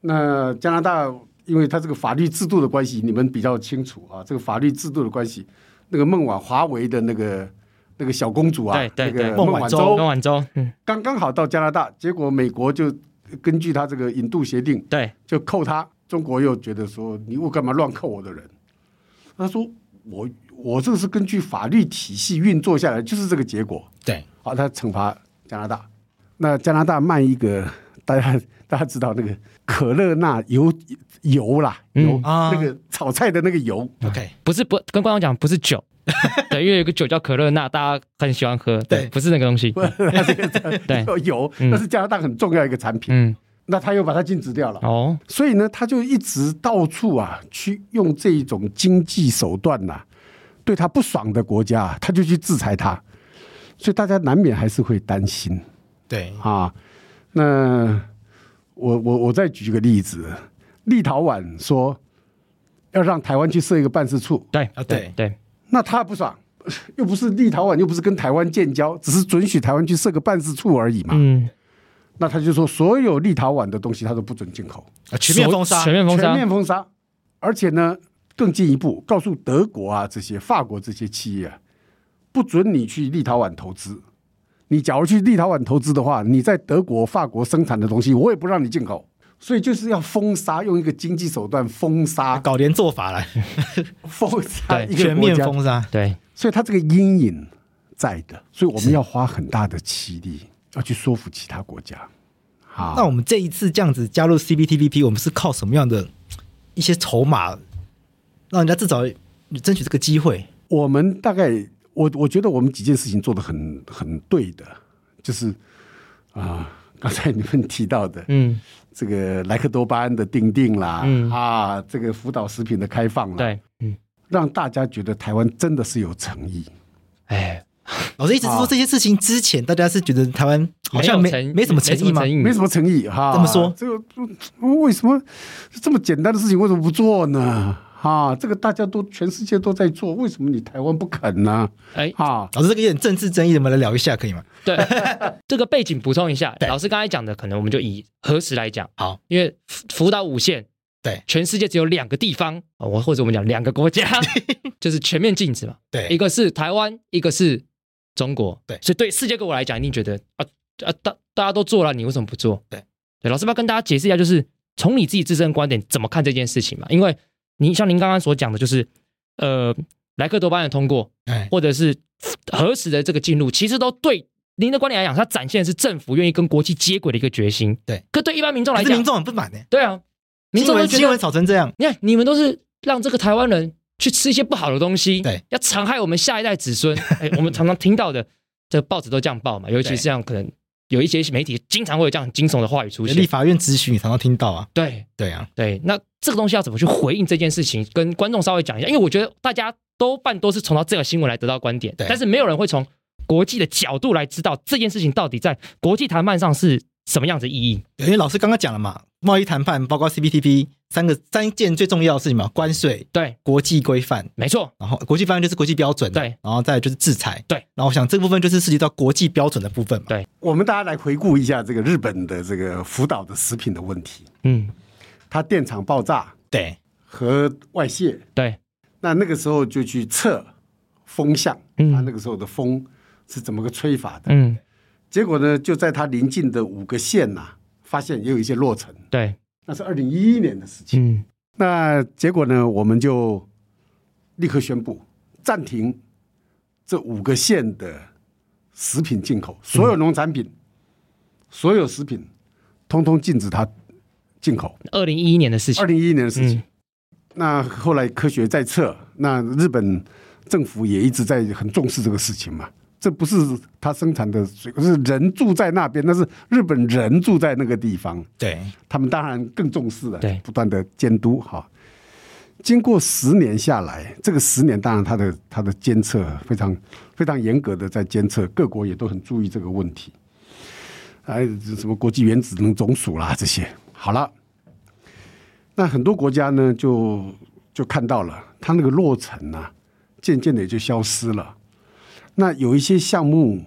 Speaker 3: 那加拿大因为它这个法律制度的关系，你们比较清楚啊，这个法律制度的关系，那个孟晚华为的那个那个小公主啊，
Speaker 2: 对对
Speaker 3: 那
Speaker 2: 对
Speaker 3: 个
Speaker 1: 孟
Speaker 3: 孟
Speaker 1: 晚
Speaker 3: 晚
Speaker 1: 舟
Speaker 3: 舟
Speaker 2: 孟晚舟，嗯，
Speaker 3: 刚刚好到加拿大，结果美国就根据他这个引渡协定
Speaker 2: 对，
Speaker 3: 就扣他，中国又觉得说你我干嘛乱扣我的人？他说我我这个是根据法律体系运作下来，就是这个结果。
Speaker 1: 对，
Speaker 3: 好，他惩罚加拿大。那加拿大卖一个，大家大家知道那个可乐钠油油啦，
Speaker 2: 嗯
Speaker 3: 油、
Speaker 1: 啊
Speaker 3: 那个炒菜的那个油，
Speaker 1: OK，
Speaker 2: 不是不跟观众讲，不 是酒，对，因为有个酒叫可乐钠，大家很喜欢喝，对，
Speaker 1: 对
Speaker 2: 不是那个东西，
Speaker 3: 它 这个
Speaker 2: 对
Speaker 3: 叫 油，
Speaker 2: 嗯
Speaker 3: 那是加拿大很重要一个产品。
Speaker 2: 嗯，
Speaker 3: 那他又把它禁止掉了，
Speaker 2: 哦，
Speaker 3: 所以呢，他就一直到处啊去用这一种经济手段呐、对他不爽的国家啊、他就去制裁他，所以大家难免还是会担心。
Speaker 1: 对，
Speaker 3: 啊。那我我我再举个例子，立陶宛说要让台湾去设一个办事处，
Speaker 2: 对，
Speaker 1: 啊对
Speaker 2: 对，
Speaker 3: 那他不爽，又不是立陶宛，又不是跟台湾建交，只是准许台湾去设个办事处而已嘛。
Speaker 2: 嗯，
Speaker 3: 那他就说所有立陶宛的东西他都不准进口，
Speaker 1: 啊全面封杀
Speaker 2: 全。面封
Speaker 3: 全
Speaker 2: 杀，
Speaker 3: 面封杀，而且呢更进一步告诉德国啊这些法国这些企业、啊，不准你去立陶宛投资。你假如去立陶宛投资的话，你在德国、法国生产的东西，我也不让你进口。所以就是要封杀，用一个经济手段封杀、
Speaker 1: 搞点做法来，
Speaker 3: 封杀
Speaker 2: 对
Speaker 3: 啊一个
Speaker 1: 全
Speaker 3: 国
Speaker 1: 面
Speaker 3: 家。
Speaker 1: 封杀，
Speaker 2: 对，
Speaker 3: 所以它这个阴影在的，所以我们要花很大的气力要去说服其他国家。好，
Speaker 1: 那我们这一次这样子加入 CPTPP，我们是靠什么样的一些筹码，让人家至少争取这个机会？
Speaker 3: 我们大概，我我觉得我们几件事情做的很很对的，就是啊、刚才你们提到的
Speaker 2: 嗯，
Speaker 3: 这个莱克多巴胺的定定啦，
Speaker 2: 嗯
Speaker 3: 啊，这个辅导食品的开放啦，，
Speaker 2: 对，嗯，
Speaker 3: 让大家觉得台湾真的是有诚意，
Speaker 2: 哎，
Speaker 1: 老师一直说
Speaker 3: 啊
Speaker 1: 这些事情之前，大家是觉得台湾好像没
Speaker 2: 有诚
Speaker 1: 没什么诚意吗？
Speaker 2: 嗯
Speaker 3: 没什么诚意哈。
Speaker 1: 这么说
Speaker 3: 这个嗯为什么这么简单的事情为什么不做呢？啊，这个大家都全世界都在做，为什么你台湾不肯呢？
Speaker 2: 哎，
Speaker 3: 啊，
Speaker 1: 老师这个有点政治争议，我们来聊一下可以吗？
Speaker 2: 对， 这个背景补充一下，
Speaker 1: 对
Speaker 2: 老师刚才讲的，可能我们就以何时来讲
Speaker 1: 好，
Speaker 2: 因为福福岛五县，
Speaker 1: 对
Speaker 2: 全世界只有两个地方，啊我或者我们讲两个国家， 就是全面禁止嘛，一
Speaker 1: 对，
Speaker 2: 个是台湾，一个是中国，
Speaker 1: 对
Speaker 2: 所以对世界各国来讲，一定觉得啊啊，大大家都做了，你为什么不做？
Speaker 1: 对，
Speaker 2: 对，老师要不要跟大家解释一下，就是从你自己自身的观点怎么看这件事情嘛？因为您像您刚刚所讲的，就是呃，莱克多巴胺的通过，
Speaker 1: 哎，
Speaker 2: 或者是何时的这个进入，其实都对您的观点来讲，它展现的是政府愿意跟国际接轨的一个决心。
Speaker 1: 对，
Speaker 2: 可对一般民众来
Speaker 1: 可是
Speaker 2: 讲，
Speaker 1: 民众很不满呢，
Speaker 2: 对啊，民
Speaker 1: 新
Speaker 2: 众都
Speaker 1: 闻
Speaker 2: 觉
Speaker 1: 新闻
Speaker 2: 得，
Speaker 1: 吵成这样，
Speaker 2: 你看你们都是让这个台湾人去吃一些不好的东西，
Speaker 1: 对，
Speaker 2: 要残害我们下一代子孙。 哎，我们常常听到的，这报纸都这样报嘛，尤其是像可能有一些媒体经常会有这样惊悚的话语出
Speaker 1: 立
Speaker 2: 现。
Speaker 1: 法院质询也常常听到啊，
Speaker 2: 对，
Speaker 1: 对啊，
Speaker 2: 对，那这个东西要怎么去回应这件事情，跟观众稍微讲一下，因为我觉得大家多半都是从到这个新闻来得到观点，
Speaker 1: 对
Speaker 2: 但是没有人会从国际的角度来知道这件事情到底在国际谈判上是什么样子意义。
Speaker 1: 因为老师刚刚讲了嘛，贸易谈判包括 CPTP 三个三件最重要的事情嘛，关税、
Speaker 2: 对，
Speaker 1: 国际规范，
Speaker 2: 没错，
Speaker 1: 然后国际规范就是国际标准，
Speaker 2: 对，
Speaker 1: 然后再来就是制裁，
Speaker 2: 对，
Speaker 1: 然后我想这部分就是涉及到国际标准的部分嘛，
Speaker 2: 对
Speaker 3: 我们大家来回顾一下这个日本的这个福岛的食品的问题，
Speaker 2: 嗯，
Speaker 3: 它电厂爆炸
Speaker 1: 对，
Speaker 3: 和外泄，
Speaker 2: 对，
Speaker 3: 那那个时候就去测风向，啊
Speaker 2: 嗯
Speaker 3: 它那个时候的风是怎么个吹法的？
Speaker 2: 嗯，
Speaker 3: 结果呢，就在它临近的五个县呐、发现也有一些落尘，
Speaker 2: 对，
Speaker 3: 那是二零一一年的事情。
Speaker 2: 嗯，
Speaker 3: 那结果呢，我们就立刻宣布暂停这五个县的食品进口，所有农产品、所有食品，通通禁止它进口。
Speaker 2: 二零一一年的事情
Speaker 3: 二，零一一年的事情。
Speaker 2: 嗯
Speaker 3: 那后来科学在测，那日本政府也一直在很重视这个事情嘛，这不是他生产的水果，是人住在那边，那是日本人住在那个地方，
Speaker 1: 对，
Speaker 3: 他们当然更重视了，
Speaker 2: 对
Speaker 3: 不断的监督哈。经过十年下来，这个十年当然它的它的监测非常非常严格的在监测，各国也都很注意这个问题。哎，什么国际原子能总署啦这些，好了，那很多国家呢就就看到了它那个落成啊，渐渐的也就消失了。那有一些项目，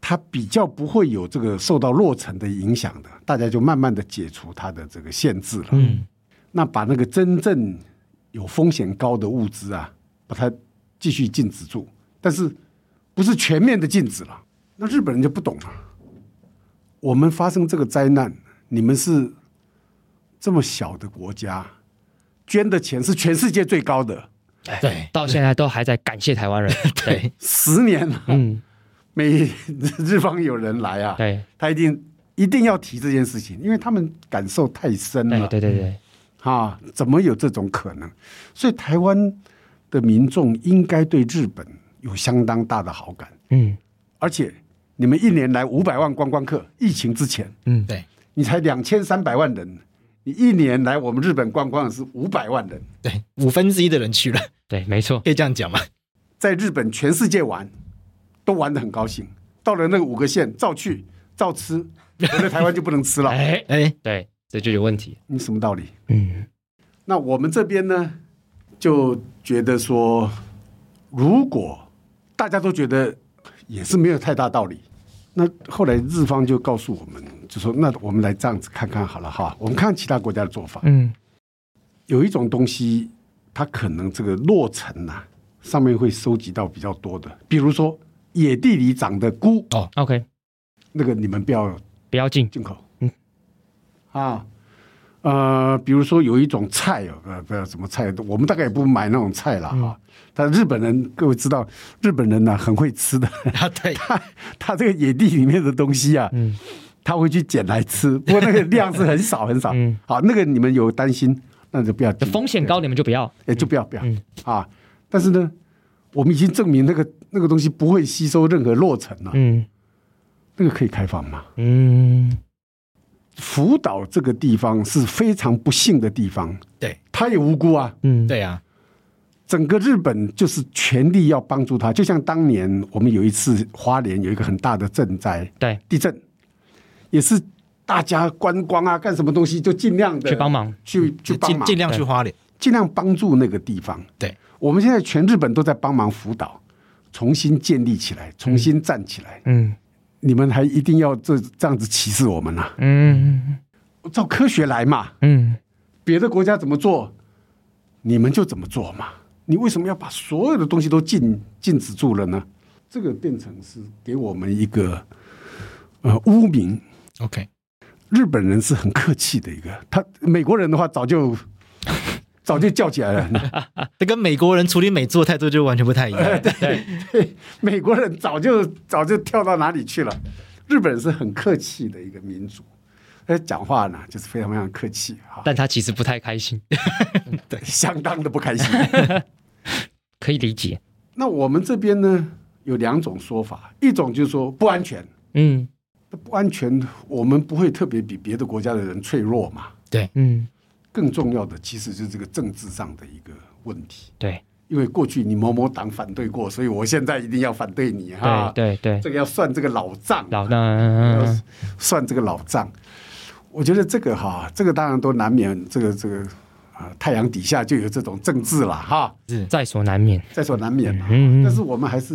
Speaker 3: 它比较不会有这个受到落成的影响的，大家就慢慢的解除它的这个限制了。
Speaker 2: 嗯，
Speaker 3: 那把那个真正有风险高的物资啊，把它继续禁止住，但是不是全面的禁止了？那日本人就不懂了。我们发生这个灾难，你们是这么小的国家，捐的钱是全世界最高的，
Speaker 1: 对，
Speaker 2: 到现在都还在感谢台湾人，对，
Speaker 3: 十年了，
Speaker 2: 嗯，
Speaker 3: 每日方有人来啊，
Speaker 2: 对，
Speaker 3: 他一定一定要提这件事情，因为他们感受太深了。
Speaker 2: 对对对对，
Speaker 3: 啊，怎么有这种可能？所以台湾的民众应该对日本有相当大的好感，
Speaker 2: 嗯
Speaker 3: 而且你们一年来五百万观光客，疫情之前
Speaker 2: 嗯，
Speaker 1: 对，
Speaker 3: 你才两千三百万人，你一年来我们日本观光的是五百万人，
Speaker 1: 对，五分之一的人去了，
Speaker 2: 对，没错，
Speaker 1: 可以这样讲嘛？
Speaker 3: 在日本全世界玩，都玩得很高兴。到了那个五个县，照去 照吃，回来台湾就不能吃了，
Speaker 2: 哎，
Speaker 1: 哎，
Speaker 2: 对，这就有问题，
Speaker 3: 你什么道理？
Speaker 2: 嗯，
Speaker 3: 那我们这边呢，就觉得说，如果大家都觉得也是没有太大道理，那后来日方就告诉我们，就说那我们来这样子看看好了哈，我们看其他国家的做法。
Speaker 2: 嗯，
Speaker 3: 有一种东西，它可能这个落成呐、上面会收集到比较多的，比如说野地里长的菇，
Speaker 2: OK，
Speaker 3: 那个你们不要
Speaker 2: 不要进，
Speaker 3: 进口。
Speaker 2: 嗯，
Speaker 3: 啊，呃，比如说有一种菜哦，呃，不知道什么菜，我们大概也不买那种
Speaker 2: 嗯
Speaker 3: 菜了哈、啊但日本人，各位知道，日本人呢、很会吃的，
Speaker 1: 啊，对，
Speaker 3: 他他这个野地里面的东西啊，
Speaker 2: 嗯
Speaker 3: 他会去捡来吃，不过那个量是很少很少。
Speaker 2: 嗯
Speaker 3: 好，那个你们有担心，那就不要进。
Speaker 2: 风险高你们就不要，
Speaker 3: 哎，就不要不要、
Speaker 2: 嗯
Speaker 3: 啊！但是呢，我们已经证明那个那个东西不会吸收任何落尘了、
Speaker 2: 嗯
Speaker 3: 那个可以开放吗？
Speaker 2: 嗯，
Speaker 3: 福岛这个地方是非常不幸的地方，
Speaker 1: 对，
Speaker 3: 他也无辜啊。
Speaker 2: 嗯，
Speaker 1: 对啊，
Speaker 3: 整个日本就是全力要帮助他，就像当年我们有一次花莲有一个很大的震灾
Speaker 2: 对，
Speaker 3: 地震，也是大家观光啊，干什么东西就尽量的
Speaker 2: 去帮忙，嗯
Speaker 3: 去 去帮
Speaker 1: 尽
Speaker 3: 忙，
Speaker 1: 尽量去花莲，
Speaker 3: 尽量帮助那个地方。
Speaker 1: 对，
Speaker 3: 我们现在全日本都在帮忙福岛重新建立起来，重新站起来。
Speaker 2: 嗯
Speaker 3: 你们还一定要这这样子歧视我们啊？
Speaker 2: 嗯
Speaker 3: 照科学来嘛。
Speaker 2: 嗯
Speaker 3: 别的国家怎么做，你们就怎么做嘛。你为什么要把所有的东西都禁禁止住了呢？这个变成是给我们一个呃污名。
Speaker 1: OK，
Speaker 3: 日本人是很客气的一个，他美国人的话早就 早就叫起来了，
Speaker 1: 这跟美国人处理美猪的态度就完全不太一
Speaker 3: 哎
Speaker 1: 样。
Speaker 3: 美国人早就早就跳到哪里去了。日本人是很客气的一个民族，而讲话呢就是非常非常客气哈，
Speaker 2: 但他其实不太开心，
Speaker 3: 相当的不开心。
Speaker 2: 可以理解，
Speaker 3: 那我们这边呢有两种说法，一种就是说不安全，
Speaker 2: 嗯
Speaker 3: 不安全，我们不会特别比别的国家的人脆弱嘛。
Speaker 2: 嗯，
Speaker 3: 更重要的其实就是这个政治上的一个问题，
Speaker 2: 对
Speaker 3: 因为过去你某某党反对过，所以我现在一定要反对你哈
Speaker 2: 对。对对，
Speaker 3: 这个要算这个老账，
Speaker 2: 老那
Speaker 3: 要算这个老账。我觉得这个哈，这个当然都难免，这个这个啊、太阳底下就有这种政治了哈。
Speaker 2: 在所难免，
Speaker 3: 在所难免了、啊
Speaker 2: 嗯嗯
Speaker 3: 但是我们还是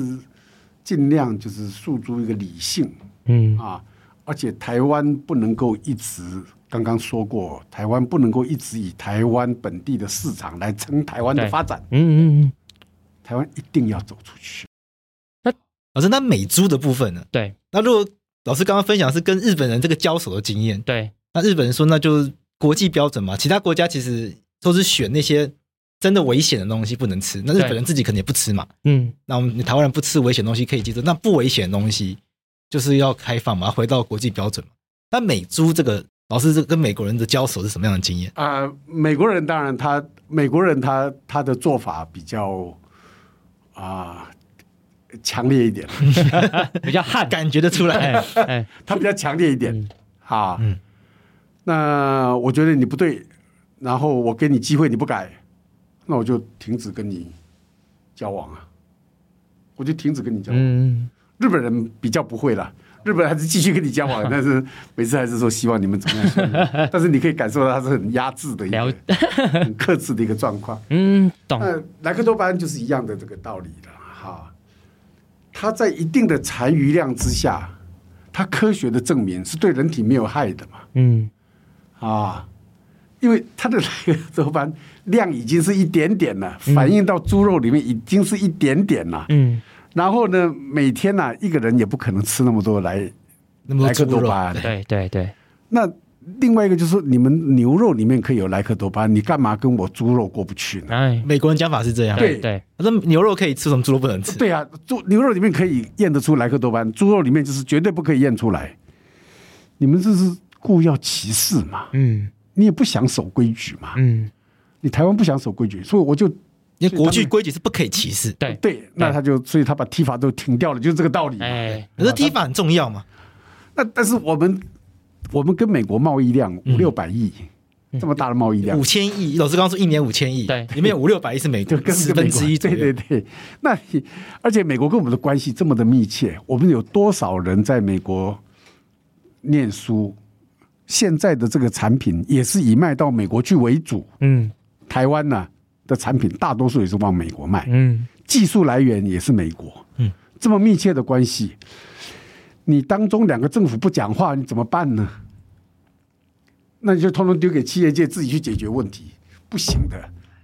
Speaker 3: 尽量就是诉诸一个理性
Speaker 2: 嗯
Speaker 3: 啊，而且台湾不能够一直刚刚说过，台湾不能够一直以台湾本地的市场来撑台湾的
Speaker 2: 对
Speaker 3: 发展，
Speaker 2: 嗯嗯嗯，
Speaker 3: 台湾一定要走出去。
Speaker 1: 老师，那美猪的部分呢？
Speaker 2: 对
Speaker 1: 那如果老师刚刚分享是跟日本人这个交手的经验，
Speaker 2: 对，
Speaker 1: 那日本人说那就是国际标准嘛，其他国家其实都是选那些真的危险的东西不能吃，那日
Speaker 2: 对
Speaker 1: 本人自己可能也不吃嘛。
Speaker 2: 嗯
Speaker 1: 那我们台湾人不吃危险东西可以接受，那不危险的东西就是要开放嘛，回到国际标准嘛。那美猪这个老师这跟美国人的交手是什么样的经验？
Speaker 3: 啊、美国人当然他美国人他他的做法比较啊、强烈一点，
Speaker 2: 比较悍，
Speaker 1: 感觉得出来。
Speaker 2: 哎哎，
Speaker 3: 他比较强烈一点
Speaker 2: 嗯
Speaker 3: 啊。
Speaker 1: 嗯
Speaker 3: 那我觉得你不对，然后我给你机会你不改，那我就停止跟你交往啊，我就停止跟你交往。
Speaker 2: 嗯，
Speaker 3: 日本人比较不会啦，日本人还是继续跟你交 往，但是每次还是说希望你们怎么样怎么样，但是你可以感受到他是很压制的一
Speaker 2: 了
Speaker 3: 个、很克制的一个状况。
Speaker 2: 嗯，懂，
Speaker 3: 那莱克多巴胺就是一样的这个道理了哈。它在一定的残余量之下，它科学的证明是对人体没有害的嘛
Speaker 2: 嗯，
Speaker 3: 啊，因为它的莱克多巴胺量已经是一点点了，反映到猪肉里面已经是一点点了。
Speaker 2: 嗯，
Speaker 3: 然后呢，每天呢、一个人也不可能吃那么多来
Speaker 1: 那么
Speaker 3: 莱克
Speaker 1: 多猪
Speaker 3: 多
Speaker 1: 肉
Speaker 3: 巴，胺。
Speaker 2: 对对对，
Speaker 3: 那另外一个就是说，你们牛肉里面可以有莱克多巴胺，你干嘛跟我猪肉过不去呢？
Speaker 2: 哎，
Speaker 1: 美国人讲法是这样，
Speaker 2: 对
Speaker 3: 对
Speaker 2: 对，
Speaker 1: 那牛肉可以吃，什么猪肉不能吃？
Speaker 3: 对啊，猪牛肉里面可以验得出莱克多巴胺，猪肉里面就是绝对不可以验出来。你们这是故意要歧视嘛？
Speaker 2: 嗯
Speaker 3: 你也不想守规矩嘛？
Speaker 2: 嗯，
Speaker 3: 你台湾不想守规矩，所以我就
Speaker 1: 因为国际规矩是不可以歧视。
Speaker 2: 对，
Speaker 3: 对，那他就所以他把踢法都停掉了，就是这个道理嘛。
Speaker 2: 哎，
Speaker 1: 可是踢法很重要嘛？
Speaker 3: 那但是我们我们跟美国贸易量五六百亿，这么大的贸易量
Speaker 1: 五，千亿，老师刚刚说一年五千亿，
Speaker 2: 对
Speaker 1: 里面有五六百亿是美
Speaker 3: 就
Speaker 1: 国，
Speaker 3: 跟
Speaker 1: 十
Speaker 3: 跟美
Speaker 1: 分
Speaker 3: 国
Speaker 1: 之一左
Speaker 3: 对
Speaker 1: 右
Speaker 3: 对对，那你而且美国跟我们的关系这么的密切，我们有多少人在美国念书？现在的这个产品也是以卖到美国去为主，
Speaker 2: 嗯
Speaker 3: 台湾呢、的产品大多数也是往美国卖，
Speaker 2: 嗯
Speaker 3: 技术来源也是美国。
Speaker 1: 嗯，
Speaker 3: 这么密切的关系，你当中两个政府不讲话，你怎么办呢？那你就通通丢给企业界自己去解决问题，不行的，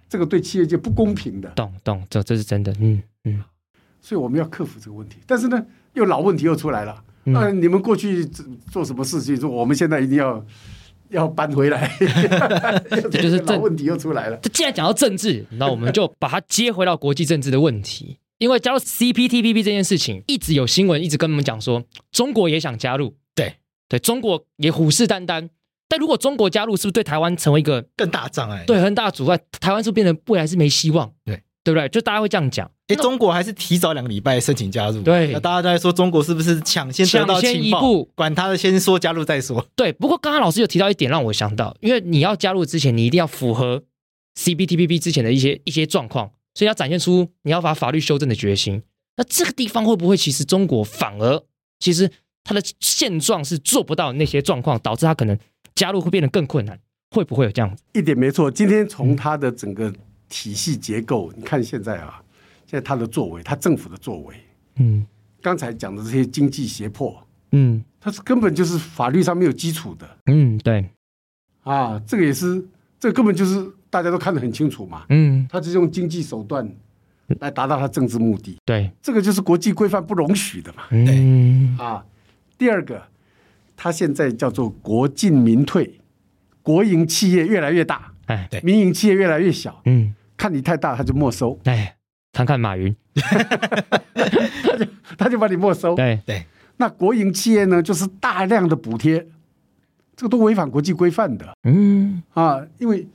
Speaker 3: 这个对企业界不公平的。
Speaker 2: 懂懂，这这是真的，嗯嗯，
Speaker 3: 所以我们要克服这个问题。但是呢，又老问题又出来了。
Speaker 2: 嗯
Speaker 3: 那、你们过去做做什么事情？说我们现在一定要 要搬回来，
Speaker 2: 这 就是
Speaker 3: 老
Speaker 2: 政
Speaker 3: 问题又出来了。
Speaker 2: 这既然讲到政治，那我们就把它接回到国际政治的问 题。因为加入 CPTPP 这件事情，一直有新闻一直跟我们讲说，中国也想加入，
Speaker 1: 对
Speaker 2: 对，中国也虎视眈眈。但如果中国加入，是不是对台湾成为一个
Speaker 1: 更大障碍。，
Speaker 2: 对很大的阻碍？台湾是不是变成未来是没希望？
Speaker 1: 对，
Speaker 2: 对不对？就大家会这样讲，
Speaker 1: 哎，中国还是提早两个礼拜申请加入，
Speaker 2: 对
Speaker 1: 那大家都在说中国是不是抢先得到
Speaker 2: 抢先一
Speaker 1: 情报
Speaker 2: 步，
Speaker 1: 管他的，先说加入再说。
Speaker 2: 对。不过刚刚老师有提到一点让我想到，因为你要加入之前，你一定要符合 CPTPP 之前的一些一些状况，所以要展现出你要把法律修正的决心。那这个地方会不会其实中国反而其实它的现状是做不到那些状况，导致它可能加入会变得更困难？会不会有这样子？
Speaker 3: 一点没错。今天从它的整个体系结构，你看现在啊，现在它的作为，它政府的作为，
Speaker 2: 嗯
Speaker 3: 刚才讲的这些经济胁迫，
Speaker 2: 嗯
Speaker 3: 它是根本就是法律上没有基础的
Speaker 2: 嗯，对，
Speaker 3: 啊。这个也是，这个根本就是大家都看得很清楚嘛。
Speaker 2: 嗯
Speaker 3: 他是用经济手段来达到他政治目的，
Speaker 2: 对，
Speaker 3: 这个就是国际规范不容许的嘛。
Speaker 2: 嗯
Speaker 3: 啊，第二个，他现在叫做国进民退，国营企业越来越大，
Speaker 2: 哎
Speaker 1: 对
Speaker 3: 民营企业越来越小，
Speaker 2: 嗯
Speaker 3: 看你太大他就没收，
Speaker 2: 哎，看看马云，
Speaker 3: 他就把你没收。
Speaker 2: 对，
Speaker 1: 对，
Speaker 3: 那国营企业呢，就是大量的补贴，这个都违反国际规范的
Speaker 2: 嗯
Speaker 3: 啊，因为。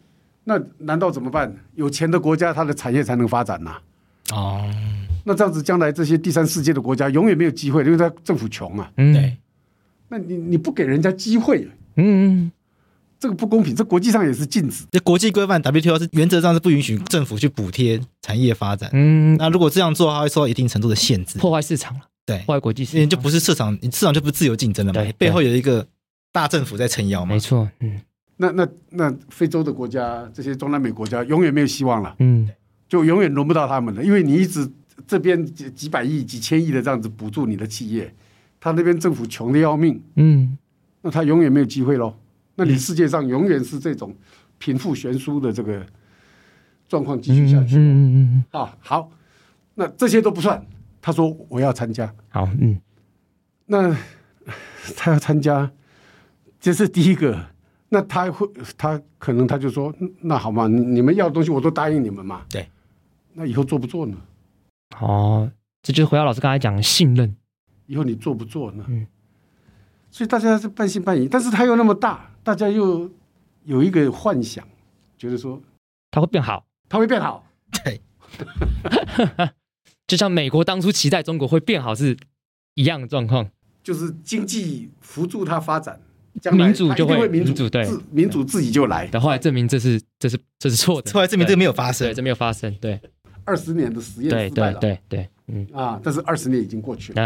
Speaker 3: 那难道怎么办？有钱的国家，它的产业才能发展呐、
Speaker 1: 哦，
Speaker 3: 那这样子，将来这些第三世界的国家永远没有机会，因为它政府穷啊。
Speaker 2: 嗯
Speaker 1: 对，
Speaker 3: 那你你不给人家机会，
Speaker 2: 嗯
Speaker 3: 这个不公平，这国际上也是禁止。
Speaker 1: 这国际规范 WTO 是原则上是不允许政府去补贴产业发展。
Speaker 2: 嗯，
Speaker 1: 那如果这样做，它会受到一定程度的限制。
Speaker 2: 破坏市场了，
Speaker 1: 对，
Speaker 2: 破坏国际
Speaker 1: 因为
Speaker 2: 市
Speaker 1: 就
Speaker 2: 场，
Speaker 1: 不是市场，市场就不是自由竞争了嘛
Speaker 2: 对，
Speaker 1: 背后有一个大政府在撑腰嘛
Speaker 2: 没。错，嗯
Speaker 3: 那那那非洲的国家，这些中南美国家永远没有希望了，
Speaker 2: 嗯
Speaker 3: 就永远轮不到他们了，因为你一直这边几几百亿、几千亿的这样子补助你的企业，他那边政府穷的要命，
Speaker 2: 嗯
Speaker 3: 那他永远没有机会喽。那你世界上永远是这种贫富悬殊的这个状况继续下
Speaker 2: 嗯
Speaker 3: 去、
Speaker 2: 嗯嗯，
Speaker 3: 啊。好，那这些都不算。他说我要参加，
Speaker 2: 好，嗯
Speaker 3: 那 他要参加，这是第一个。那他会，他可能他就说，嗯那好嘛，你你们要的东西我都答应你们嘛。
Speaker 1: 对。
Speaker 3: 那以后做不做呢？
Speaker 2: 哦，这就是回到老师刚才讲的信任，
Speaker 3: 以后你做不做呢？
Speaker 2: 嗯。
Speaker 3: 所以大家是半信半疑，但是他又那么大，大家又有一个幻想，觉得说
Speaker 2: 它会变好，
Speaker 3: 他会变好。
Speaker 1: 对，
Speaker 2: 就像美国当初期待中国会变好是一样的状况。
Speaker 3: 就是经济扶助它发展，将来
Speaker 2: 民主
Speaker 3: 它一
Speaker 2: 就
Speaker 3: 定
Speaker 2: 会
Speaker 3: 会民
Speaker 2: 民主对
Speaker 3: 自民主自己就来。
Speaker 2: 但后来证明这是这是这是 错的，
Speaker 1: 后来证明这个没有发
Speaker 2: 对
Speaker 1: 生
Speaker 2: 对，这没有发生，对
Speaker 3: 二十年的实验
Speaker 2: 对
Speaker 3: 失败
Speaker 2: 对
Speaker 3: 了
Speaker 2: 对对，嗯，
Speaker 3: 啊，但是二十年已经过去了，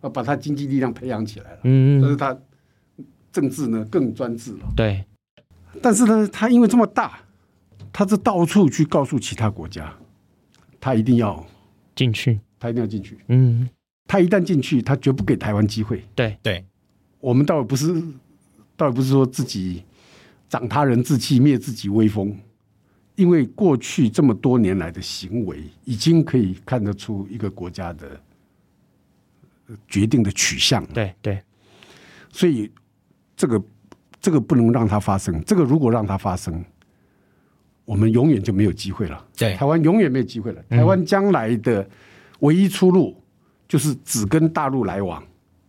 Speaker 2: 那
Speaker 3: 啊，把它经济力量培养起来了，但是
Speaker 2: 嗯
Speaker 3: 它政治呢更专制了。
Speaker 2: 对，
Speaker 3: 但是呢，它因为这么大，它是到处去告诉其他国家，它一定要
Speaker 2: 进去，
Speaker 3: 它一定要进去，
Speaker 2: 嗯
Speaker 3: 它一旦进去，它绝不给台湾机会。
Speaker 2: 对
Speaker 1: 对，
Speaker 3: 我们倒不是，倒也不是说自己长他人志气、灭自己威风，因为过去这么多年来的行为，已经可以看得出一个国家的呃决定的取向了。
Speaker 2: 对对，
Speaker 3: 所以这个这个不能让它发生。这个如果让它发生，我们永远就没有机会了。
Speaker 1: 对
Speaker 3: 台湾永远没有机会了。台湾将来的唯一出路就是只跟大陆来往，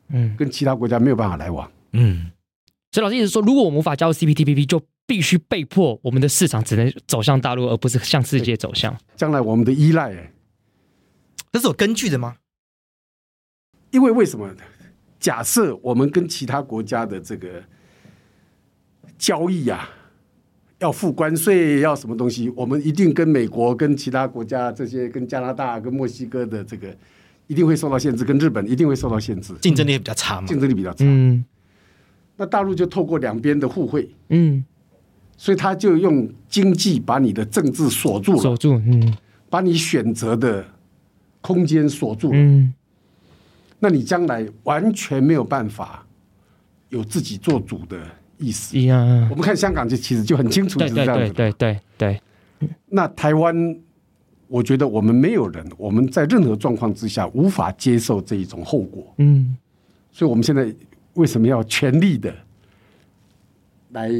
Speaker 2: 嗯，
Speaker 3: 跟其他国家没有办法来往。
Speaker 1: 嗯，
Speaker 2: 所以老师一直说，如果我们无法加入 CPTPP，就必须被迫我们的市场只能走向大陆，而不是向世界走向。
Speaker 3: 将来我们的依赖、哎
Speaker 1: 这是有根据的吗？
Speaker 3: 因为为什么？假设我们跟其他国家的这个交易啊，要付关税，要什么东西，我们一定跟美国、跟其他国家这些、跟加拿大、跟墨西哥的这个，一定会受到限制，跟日本一定会受到限制，
Speaker 1: 竞争力比较差嘛？
Speaker 3: 竞争力比较差。
Speaker 2: 嗯
Speaker 3: 那大陆就透过两边的互惠，
Speaker 2: 嗯，
Speaker 3: 所以他就用经济把你的政治锁住了
Speaker 2: 守，住，嗯
Speaker 3: 把你选择的空间锁住了。
Speaker 2: 嗯
Speaker 3: 那你将来完全没有办法有自己做主的意思。
Speaker 2: 一样
Speaker 3: 我，们看香港就其实就很清楚就
Speaker 2: 对
Speaker 3: 是
Speaker 2: 对
Speaker 3: 这样
Speaker 2: 嗯对
Speaker 3: 子的。
Speaker 2: 对对对，
Speaker 3: 那台湾，我觉得我们没有人，我们在任何状况之下无法接受这一种后果，
Speaker 2: 嗯
Speaker 3: 所以我们现在为什么要全力的来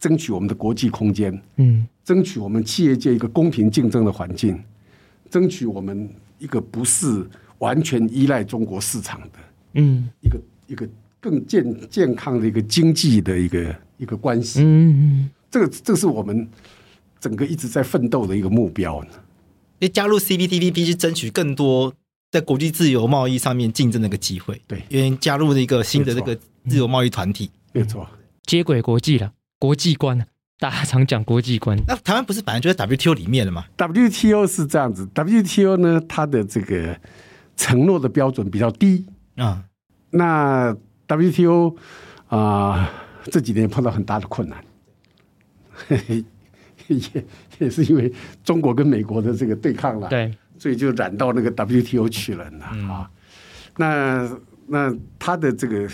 Speaker 3: 争取我们的国际空间，
Speaker 2: 嗯
Speaker 3: 争取我们企业界一个公平竞争的环境，争取我们一个不是完全依赖中国市场的
Speaker 2: 嗯
Speaker 3: 一个一个更健健康的一个经济的一个一个关系。
Speaker 2: 嗯
Speaker 3: 这个这是我们整个一直在奋斗的一个目标呢。
Speaker 1: 因为加入 CPTPP 是争取更多在国际自由贸易上面竞争的一个机会。
Speaker 3: 对
Speaker 1: 因为加入了一个新的这
Speaker 3: 没错
Speaker 1: 个自由贸易团体。
Speaker 2: 嗯
Speaker 3: 没有错，
Speaker 2: 接轨国际了，国际观了，大家常讲国际观，
Speaker 1: 那台湾不是本来就在 WTO 里面的嘛？
Speaker 3: WTO 是这样子，WTO 呢，它的这个承诺的标准比较低。
Speaker 2: 嗯
Speaker 1: 啊、
Speaker 3: 那 WTO 啊、这几年碰到很大的困难， 嘿嘿也也是因为中国跟美国的这个对抗了，
Speaker 2: 对，
Speaker 3: 所以就染到那个 WTO 去了呢、啊。那那它的这个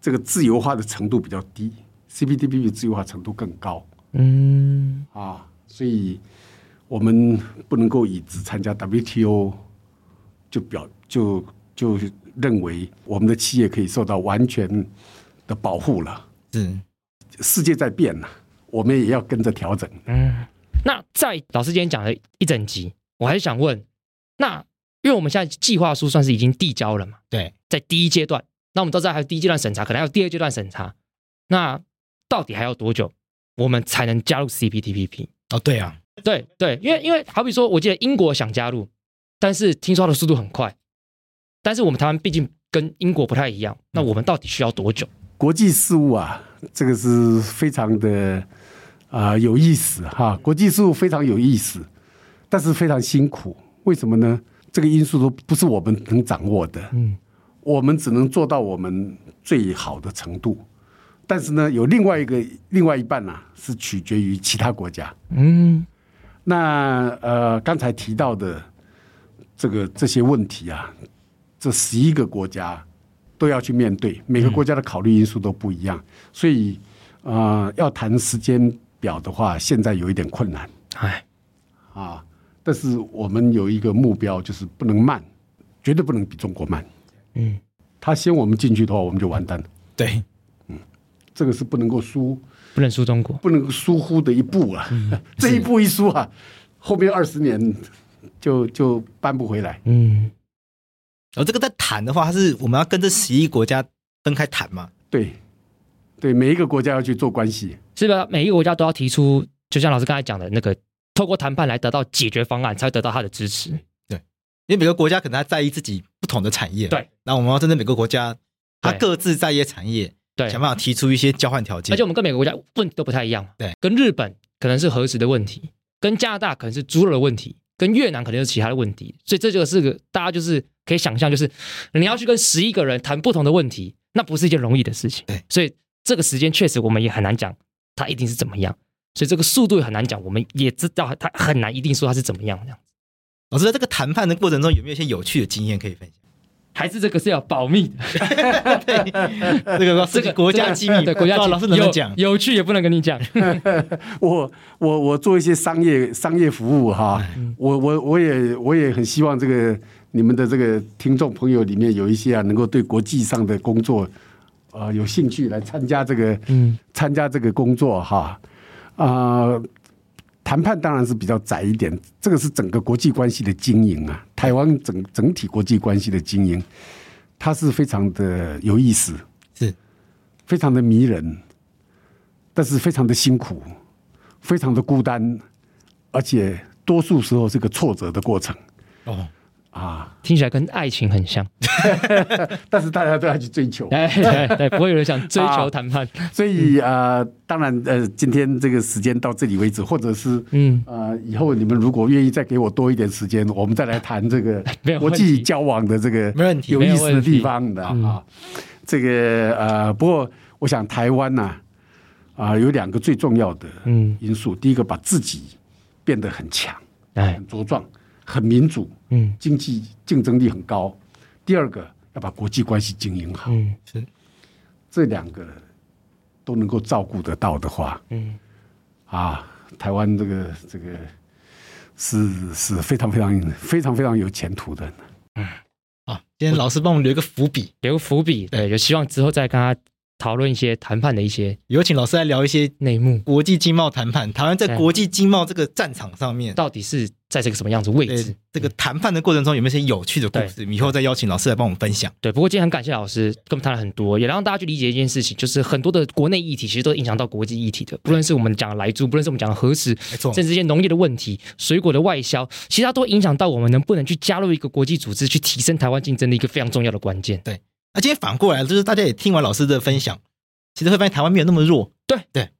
Speaker 3: 这个自由化的程度比较低，CPTPP 的自由化程度更高。
Speaker 2: 嗯
Speaker 3: 啊，所以我们不能够以只参加 WTO 就表就就认为我们的企业可以受到完全的保护了。
Speaker 1: 是
Speaker 3: 世界在变了，我们也要跟着调整。
Speaker 2: 嗯。那在老师今天讲了一整集，我还是想问，那因为我们现在计划书算是已经递交了嘛？
Speaker 1: 对，
Speaker 2: 在第一阶段，那我们都知道还有第一阶段审查，可能还有第二阶段审查，那到底还要多久我们才能加入 CPTPP？
Speaker 1: 哦，对啊，
Speaker 2: 对对，因为因为好比说，我记得英国想加入，但是听说它的速度很快，但是我们台湾毕竟跟英国不太一样，那我们到底需要多久？
Speaker 3: 国际事务啊，这个是非常的啊、有意思哈。国际事务非常有意思，但是非常辛苦。为什么呢？这个因素都不是我们能掌握的。
Speaker 2: 嗯，
Speaker 3: 我们只能做到我们最好的程度。但是呢，有另外一个另外一半呢、是取决于其他国家。
Speaker 2: 嗯
Speaker 3: 那呃，刚才提到的这个这些问题啊，这十一个国家都要去面对，每个国家的考虑因素都不一样，所以呃，要谈时间表的话，现在有一点困难
Speaker 2: 哎，
Speaker 3: 啊。但是我们有一个目标，就是不能慢，绝对不能比中国慢。
Speaker 2: 嗯
Speaker 3: 他先我们进去的话，我们就完蛋了。
Speaker 1: 对，
Speaker 3: 这个是不能够疏
Speaker 2: 不能输中国。
Speaker 3: 不能够疏忽的一步啊，
Speaker 2: 嗯
Speaker 3: 这一步一疏啊，后面二十年就就搬不回来。
Speaker 2: 嗯
Speaker 1: 然后哦这个在谈的话，它是我们要跟这十一国家分开谈嘛？
Speaker 3: 对，对，每一个国家要去做关系，
Speaker 2: 是吧？每一个国家都要提出，就像老师刚才讲的那个，透过谈判来得到解决方案，才会得到他的支持。
Speaker 1: 对，因为每个国家可能他在意自己不同的产业，
Speaker 2: 对，
Speaker 1: 那我们要针对每个国家，它
Speaker 2: 对
Speaker 1: 各自在业产业，
Speaker 2: 对，
Speaker 1: 想办法提出一些交换条件
Speaker 2: 而且。我们跟每个国家问题都不太一样嘛。
Speaker 1: 对，
Speaker 2: 跟日本可能是核子的问题，跟加拿大可能是猪肉的问题，跟越南可能是其他的问题。所以这就是个大家就是可以想象，就是你要去跟十一个人谈不同的问题，那不是一件容易的事情。
Speaker 1: 对，
Speaker 2: 所以这个时间确实我们也很难讲它一定是怎么样，所以这个速度也很难讲，我们也知道它很难一定说它是怎么样这样。
Speaker 1: 老师在这个谈判的过程中，有没有一些有趣的经验可以分享？
Speaker 2: 还是这个是要保密的，
Speaker 1: 对，这个 这
Speaker 2: 这个
Speaker 1: 个国家机密，
Speaker 2: 对国家
Speaker 1: 不知道
Speaker 2: 机 密
Speaker 1: 老师能不能讲？
Speaker 2: 有有趣也不能跟 你讲。
Speaker 3: 我我我做一些商业商业服务哈，我我我也我也很希望这个你们的这个听众朋友里面有一些啊，能够对国际上的工作呃有兴趣来参加这个
Speaker 2: 嗯
Speaker 3: 参加这个工作哈啊、呃谈判当然是比较窄一点，这个是整个国际关系的经营啊，台湾整整体国际关系的经营，它是非常的有意思，
Speaker 1: 是
Speaker 3: 非常的迷人，但是非常的辛苦，非常的孤单，而且多数时候是个挫折的过程
Speaker 1: 哦，
Speaker 3: 啊。
Speaker 2: 听起来跟爱情很像，
Speaker 3: 但是大家都要去追求，
Speaker 2: 哎，对对，不会有人想追求谈判。
Speaker 3: 所以呃，当然呃，今天这个时间到这里为止，或者是
Speaker 2: 嗯
Speaker 3: 呃，以后你们如果愿意再给我多一点时间，我们 再来谈这个
Speaker 2: 没有
Speaker 3: 国
Speaker 2: 问题
Speaker 3: 际交往的这个
Speaker 1: 没问题
Speaker 3: 有意思
Speaker 2: 没有
Speaker 3: 的
Speaker 2: 问题嗯
Speaker 3: 地方的啊。这个呃，不过我想台湾呐啊、有两个最重要的
Speaker 2: 嗯，
Speaker 3: 因素，第一个把自己变得很强、
Speaker 2: 哎
Speaker 3: 很，茁壮、很民主，
Speaker 2: 嗯
Speaker 3: 经济竞争力很高；第二个要把国际关系经营好，
Speaker 2: 嗯
Speaker 1: 是
Speaker 3: 这两个都能够照顾得到的话，
Speaker 2: 嗯，
Speaker 3: 啊，台湾这个这个是是非常非常非常非常有前途的。
Speaker 1: 啊，今天老师帮我们留一个伏笔，
Speaker 2: 留个伏笔，对，就希望之后再跟他讨论一些谈判的一些
Speaker 1: 有请老师来聊一些
Speaker 2: 内幕，
Speaker 1: 国际经贸谈判，台湾在
Speaker 2: 对
Speaker 1: 国际经贸这个战场上面，
Speaker 2: 到底是在这个什么样子位置
Speaker 1: 对？这个谈判的过程中有没有一些有趣的故事？以后再邀请老师来帮我们分享。
Speaker 2: 对，不过今天很感谢老师跟我们谈了很多，也让大家去理解一件事情，就是很多的国内议题其实都影响到国际议题的，不论是我们讲的莱猪，不论是我们讲的核实，
Speaker 1: 没错，
Speaker 2: 甚至一些农业的问题、水果的外销，其实它都影响到我们能不能去加入一个国际组织，去提升台湾竞争的一个非常重要的关键。
Speaker 1: 那啊今天反过来，就是大家也听完老师的分享，其实会发现台湾没有那么弱，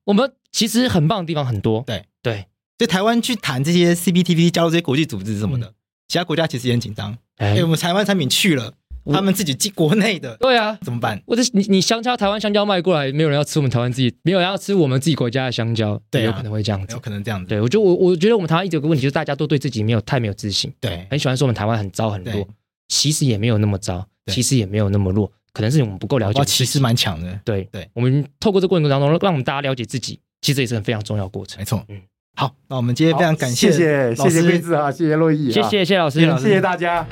Speaker 2: 我们其实很棒的地方很多，
Speaker 1: 对
Speaker 2: 对，
Speaker 1: 所以台湾去谈这些 CPTP 加入这些国际组织什么的，其他国家其实也很紧张。
Speaker 2: 嗯哎
Speaker 1: 哎、我们台湾产品去了，
Speaker 2: 我
Speaker 1: 他们自己进国内的
Speaker 2: 对啊，
Speaker 1: 怎么办？
Speaker 2: 或者是你你香蕉台湾香蕉卖过来，没有人要吃我们台湾自己，没有人要吃我们自己国家的香蕉，
Speaker 1: 对啊
Speaker 2: 有可能会这样子
Speaker 1: 有。可能这样子。
Speaker 2: 对，我觉得我我觉得我们台湾一直有个问题，就是大家都对自己没有太没有自信，
Speaker 1: 对
Speaker 2: 很喜欢说我们台湾很糟很
Speaker 1: 对
Speaker 2: 弱，其实也没有那么糟，
Speaker 1: 对
Speaker 2: 其实也没有那么弱，可能是我们不够了解
Speaker 1: 哇，
Speaker 2: 自
Speaker 1: 其
Speaker 2: 己。
Speaker 1: 实蛮强的，
Speaker 2: 对
Speaker 1: 对，
Speaker 2: 我们透过这过程当中，让我们大家了解自己，其实这也是很非常重要的过程。
Speaker 1: 没错。
Speaker 2: 嗯
Speaker 1: 好，那我们今天非常感
Speaker 3: 谢谢
Speaker 1: 老
Speaker 3: 谢
Speaker 1: 师
Speaker 3: 谢桂志啊，谢谢洛毅啊，
Speaker 2: 谢谢谢谢老师，
Speaker 3: 谢谢大家。